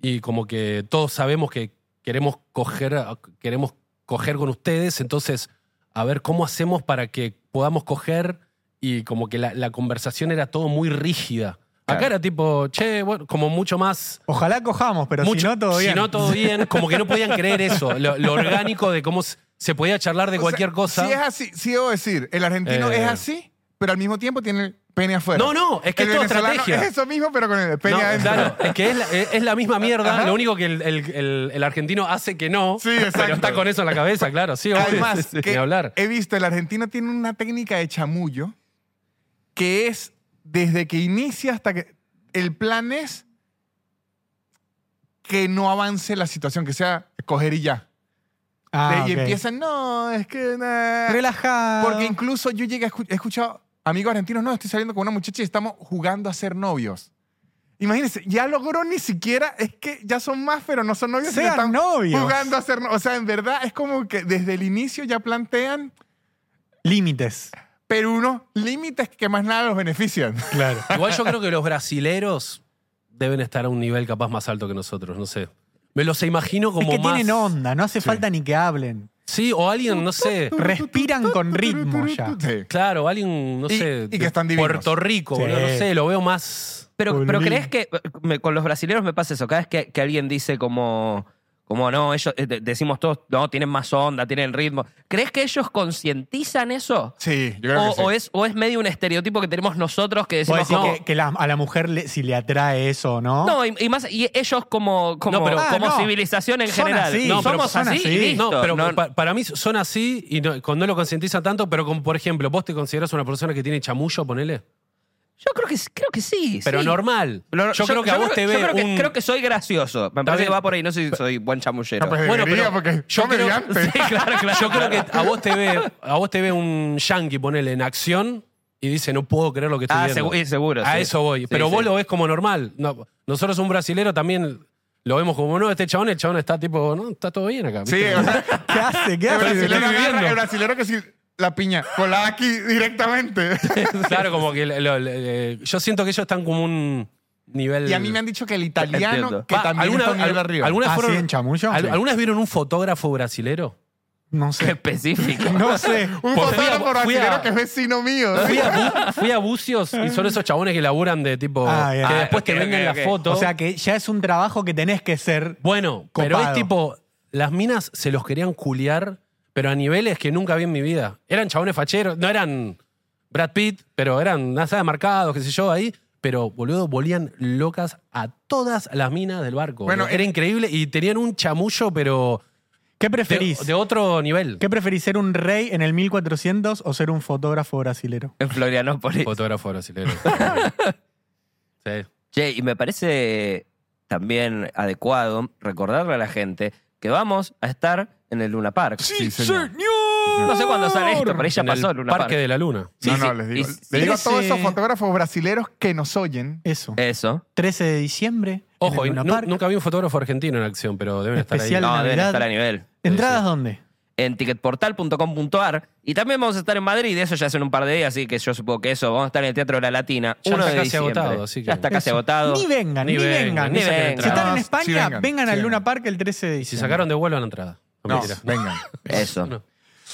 Speaker 1: y como que todos sabemos que queremos coger, queremos coger con ustedes, entonces a ver cómo hacemos para que podamos coger y como que la, la conversación era todo muy rígida. Acá
Speaker 3: Claro.
Speaker 1: era tipo, che, bueno, como mucho más
Speaker 4: Ojalá cojamos, pero si
Speaker 1: mucho-
Speaker 4: no, todo bien.
Speaker 1: Si no, todo bien. Como que no podían creer eso. Lo, lo orgánico de cómo se- se podía charlar de
Speaker 2: O
Speaker 1: cualquier
Speaker 2: sea,
Speaker 1: cosa.
Speaker 2: Sí es así, sí debo decir, el argentino
Speaker 1: Eh.
Speaker 2: es así, pero al mismo tiempo tiene el pene afuera.
Speaker 1: No, no, es que
Speaker 2: el
Speaker 1: es toda
Speaker 2: venezolano
Speaker 1: estrategia.
Speaker 2: Es eso mismo, pero con el pene
Speaker 1: No,
Speaker 2: adentro.
Speaker 1: claro, es que es la, es- es la misma mierda,
Speaker 2: Ajá.
Speaker 1: lo único que el, el- el- el argentino hace que no,
Speaker 2: Sí,
Speaker 1: pero
Speaker 2: exacto.
Speaker 1: está con eso en la cabeza, claro, sí, obvio.
Speaker 2: Además,
Speaker 1: este, Ni
Speaker 2: que
Speaker 1: hablar.
Speaker 2: he visto, el argentino tiene una técnica de chamullo que es desde que inicia hasta que. El plan es que no avance la situación, que sea coger y ya.
Speaker 4: Ah,
Speaker 2: De- y
Speaker 4: ok.
Speaker 2: empiezan, no, es que. nah".
Speaker 4: Relajado.
Speaker 2: Porque incluso yo llegué a escu- he escuchado amigos argentinos, no, estoy saliendo con una muchacha y estamos jugando a ser novios. Imagínense, ya logró ni siquiera, es que ya son más, pero no son novios. sino
Speaker 4: Sean
Speaker 2: están
Speaker 4: novios.
Speaker 2: Jugando a ser novios. O sea, en verdad es como que desde el inicio ya plantean,
Speaker 4: Límites.
Speaker 2: pero unos límites que más nada los benefician.
Speaker 4: Claro.
Speaker 1: Igual yo creo que los brasileros deben estar a un nivel capaz más alto que nosotros, no sé. Me los imagino como
Speaker 4: es que
Speaker 1: más.
Speaker 4: tienen onda, no hace falta ni que hablen.
Speaker 1: Sí, o alguien, no sé.
Speaker 4: Respiran con ritmo ya.
Speaker 2: Sí.
Speaker 1: Claro, alguien, no
Speaker 2: Y-
Speaker 1: sé.
Speaker 2: y
Speaker 1: de
Speaker 2: que están divinos.
Speaker 1: Puerto Rico,
Speaker 4: Sí.
Speaker 1: boludo, no sé, lo veo más.
Speaker 3: Pero,
Speaker 4: Con
Speaker 3: pero
Speaker 4: Luis.
Speaker 3: crees que me- con los brasileños me pasa eso. Cada vez que, que alguien dice como, como no, ellos eh, de- decimos todos, no, tienen más onda, tienen ritmo. ¿Crees que ellos concientizan eso?
Speaker 2: Sí, yo creo
Speaker 3: O,
Speaker 2: que sí.
Speaker 3: o es, o es medio un estereotipo que tenemos nosotros que
Speaker 4: Puede
Speaker 3: decimos
Speaker 4: decir
Speaker 3: como,
Speaker 4: que, que la- a la mujer le- si le atrae eso o no.
Speaker 3: No, y, y más, y ellos como, como,
Speaker 1: No, pero- Ah,
Speaker 3: como
Speaker 4: no.
Speaker 3: civilización en
Speaker 4: Son
Speaker 3: general.
Speaker 4: así.
Speaker 3: no,
Speaker 1: No, pero
Speaker 3: somos
Speaker 4: son
Speaker 3: así,
Speaker 4: así.
Speaker 3: y
Speaker 1: No,
Speaker 3: listo.
Speaker 1: pero
Speaker 3: No-
Speaker 1: pa- para mí son así y no, con- no lo concientizan tanto, pero como, por ejemplo, vos te considerás una persona que tiene chamullo, ponele.
Speaker 3: yo creo que, creo que sí.
Speaker 1: Pero
Speaker 3: sí.
Speaker 1: normal.
Speaker 3: Lo-
Speaker 1: yo, creo que a vos te
Speaker 3: yo
Speaker 1: ve
Speaker 3: creo que,
Speaker 1: un...
Speaker 3: creo que soy gracioso. Me parece
Speaker 1: bien.
Speaker 3: que va por ahí. No sé si soy buen chamullero.
Speaker 2: No, pues
Speaker 1: Bueno,
Speaker 2: debería,
Speaker 1: pero
Speaker 2: porque
Speaker 1: yo
Speaker 2: yo
Speaker 1: creo-
Speaker 2: mediante.
Speaker 1: Sí, claro, claro. Yo creo que a vos te ve, a vos te ve un yankee, ponele, en acción y dice, no puedo creer lo que estoy
Speaker 3: Ah,
Speaker 1: viendo.
Speaker 3: segu- y seguro,
Speaker 1: A
Speaker 3: sí.
Speaker 1: eso voy.
Speaker 3: Sí,
Speaker 1: Pero vos
Speaker 3: sí.
Speaker 1: lo ves como normal. No, nosotros un brasilero también lo vemos como, no, este chabón, el chabón está tipo, no, está todo bien acá.
Speaker 2: Sí,
Speaker 1: ¿viste?
Speaker 2: o sea,
Speaker 4: ¿Qué hace? ¿Qué
Speaker 2: el
Speaker 4: hace?
Speaker 2: brasilero, agarra-
Speaker 1: viviendo.
Speaker 2: el brasilero que sí, la piña, colada aquí directamente.
Speaker 1: claro, como que lo- lo- eh, yo siento que ellos están como un nivel...
Speaker 2: Y a mí me han dicho que el italiano,
Speaker 3: Entiendo.
Speaker 2: que
Speaker 1: Va,
Speaker 2: también
Speaker 1: Ah, alguna-
Speaker 2: está un nivel
Speaker 1: al-
Speaker 2: arriba.
Speaker 1: algunas
Speaker 4: ¿Ah, sí,
Speaker 1: fueron-
Speaker 4: en Chamullo?
Speaker 1: al-
Speaker 4: Sí.
Speaker 1: ¿Algunas vieron un fotógrafo brasilero?
Speaker 4: No
Speaker 3: Qué
Speaker 4: sé.
Speaker 3: específico.
Speaker 4: No sé.
Speaker 2: Un
Speaker 1: Pues fui
Speaker 2: fotógrafo
Speaker 1: a- fui a-
Speaker 2: brasilero que es vecino mío.
Speaker 1: Fui a, Bu- fui a Bucios y son esos chabones que laburan de tipo.
Speaker 4: Ah, bien.
Speaker 1: que
Speaker 4: Ah,
Speaker 1: después te
Speaker 3: ok,
Speaker 1: venden
Speaker 3: ok,
Speaker 1: la
Speaker 3: ok.
Speaker 1: foto.
Speaker 4: O sea que ya es un trabajo que tenés que ser.
Speaker 1: bueno, pero es
Speaker 4: copado.
Speaker 1: tipo. Las minas se los querían culiar, pero a niveles que nunca vi en mi vida. Eran chabones facheros, no eran Brad Pitt, pero eran nada de marcados, qué sé yo, ahí. Pero, boludo, volían locas a todas las minas del barco.
Speaker 2: Bueno,
Speaker 1: Bueno, era
Speaker 2: eh,
Speaker 1: increíble y tenían un chamullo, pero
Speaker 4: ¿Qué
Speaker 1: de,
Speaker 4: preferís?
Speaker 1: de otro nivel.
Speaker 4: ¿Qué preferís ser un rey en el 1400 o ser un fotógrafo brasilero?
Speaker 3: En Florianópolis.
Speaker 1: Fotógrafo brasileño. sí.
Speaker 3: Che, y me parece también adecuado recordarle a la gente que vamos a estar en el Luna Park.
Speaker 2: Sí, señor.
Speaker 3: No sé cuándo sale esto, pero ahí ya
Speaker 1: En
Speaker 3: pasó
Speaker 1: el
Speaker 3: el Luna
Speaker 1: Parque
Speaker 3: Park.
Speaker 1: de la Luna.
Speaker 3: Sí,
Speaker 2: no, no,
Speaker 3: sí.
Speaker 2: les digo.
Speaker 3: Y-
Speaker 2: les digo a todos
Speaker 4: Ese-
Speaker 2: esos fotógrafos brasileros que nos oyen.
Speaker 4: Eso.
Speaker 3: Eso.
Speaker 4: 13 de diciembre.
Speaker 1: Eh. Ojo, y
Speaker 4: en el Luna
Speaker 1: nu-
Speaker 4: Park.
Speaker 1: nunca vi un fotógrafo argentino en acción, pero deben estar
Speaker 4: Especial.
Speaker 1: ahí.
Speaker 3: No, deben
Speaker 4: Navidad.
Speaker 3: estar a nivel.
Speaker 4: ¿Entradas
Speaker 1: Sí,
Speaker 4: dónde?
Speaker 3: En ticketportal.com.ar. Y también vamos a estar en Madrid, eso ya hace un par de días, así que yo supongo que eso. Vamos a estar en el Teatro de la Latina.
Speaker 1: Ya
Speaker 3: 1
Speaker 1: está
Speaker 3: de
Speaker 1: casi
Speaker 3: diciembre.
Speaker 1: agotado, así que-
Speaker 3: Ya está casi
Speaker 4: Eso.
Speaker 3: agotado.
Speaker 4: Ni vengan, ni,
Speaker 1: Ni vengan,
Speaker 4: vengan.
Speaker 3: ni
Speaker 4: Si
Speaker 3: vengan.
Speaker 4: están en
Speaker 2: No,
Speaker 4: España,
Speaker 2: sí vengan,
Speaker 4: vengan,
Speaker 2: sí
Speaker 4: al
Speaker 2: vengan.
Speaker 4: Luna Park el 13 de
Speaker 1: Y si
Speaker 4: diciembre.
Speaker 1: sacaron de vuelo a la entrada. No,
Speaker 2: No,
Speaker 1: mentira.
Speaker 2: vengan.
Speaker 3: Eso.
Speaker 1: No.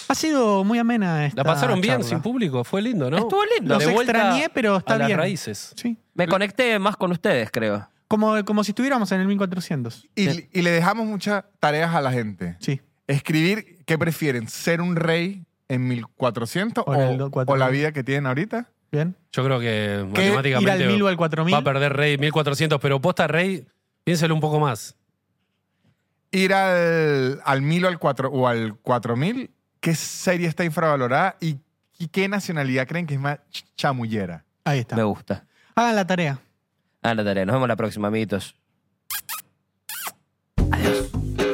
Speaker 4: Ha sido muy amena esta
Speaker 1: La pasaron bien
Speaker 4: charla.
Speaker 1: sin público, fue lindo, ¿no?
Speaker 3: Estuvo lindo.
Speaker 1: De
Speaker 4: Los
Speaker 1: vuelta
Speaker 4: extrañé, pero está
Speaker 1: a las
Speaker 4: bien.
Speaker 1: raíces.
Speaker 4: Sí.
Speaker 3: Me conecté más con ustedes, creo.
Speaker 4: Como, como si estuviéramos en el 1400.
Speaker 2: Y, y le dejamos muchas tareas a la gente.
Speaker 4: Sí.
Speaker 2: Escribir qué prefieren, ser un rey en 1400
Speaker 4: O
Speaker 2: o,
Speaker 4: en el do- cuatro-
Speaker 2: o la vida que tienen ahorita.
Speaker 4: Bien.
Speaker 1: Yo creo que
Speaker 2: ¿Qué?
Speaker 4: Ir al
Speaker 1: matemáticamente
Speaker 4: 1000 o al 4000.
Speaker 1: va a perder Rey 1400, pero posta Rey, piénselo un poco más.
Speaker 2: Ir al, al 1000 o al, 4, o al 4000, qué serie está infravalorada y, y qué nacionalidad creen que es más ch- chamullera.
Speaker 4: Ahí está.
Speaker 3: Me gusta.
Speaker 4: Hagan la tarea.
Speaker 3: Ah, la tarea. Nos vemos la próxima, amiguitos. Adiós.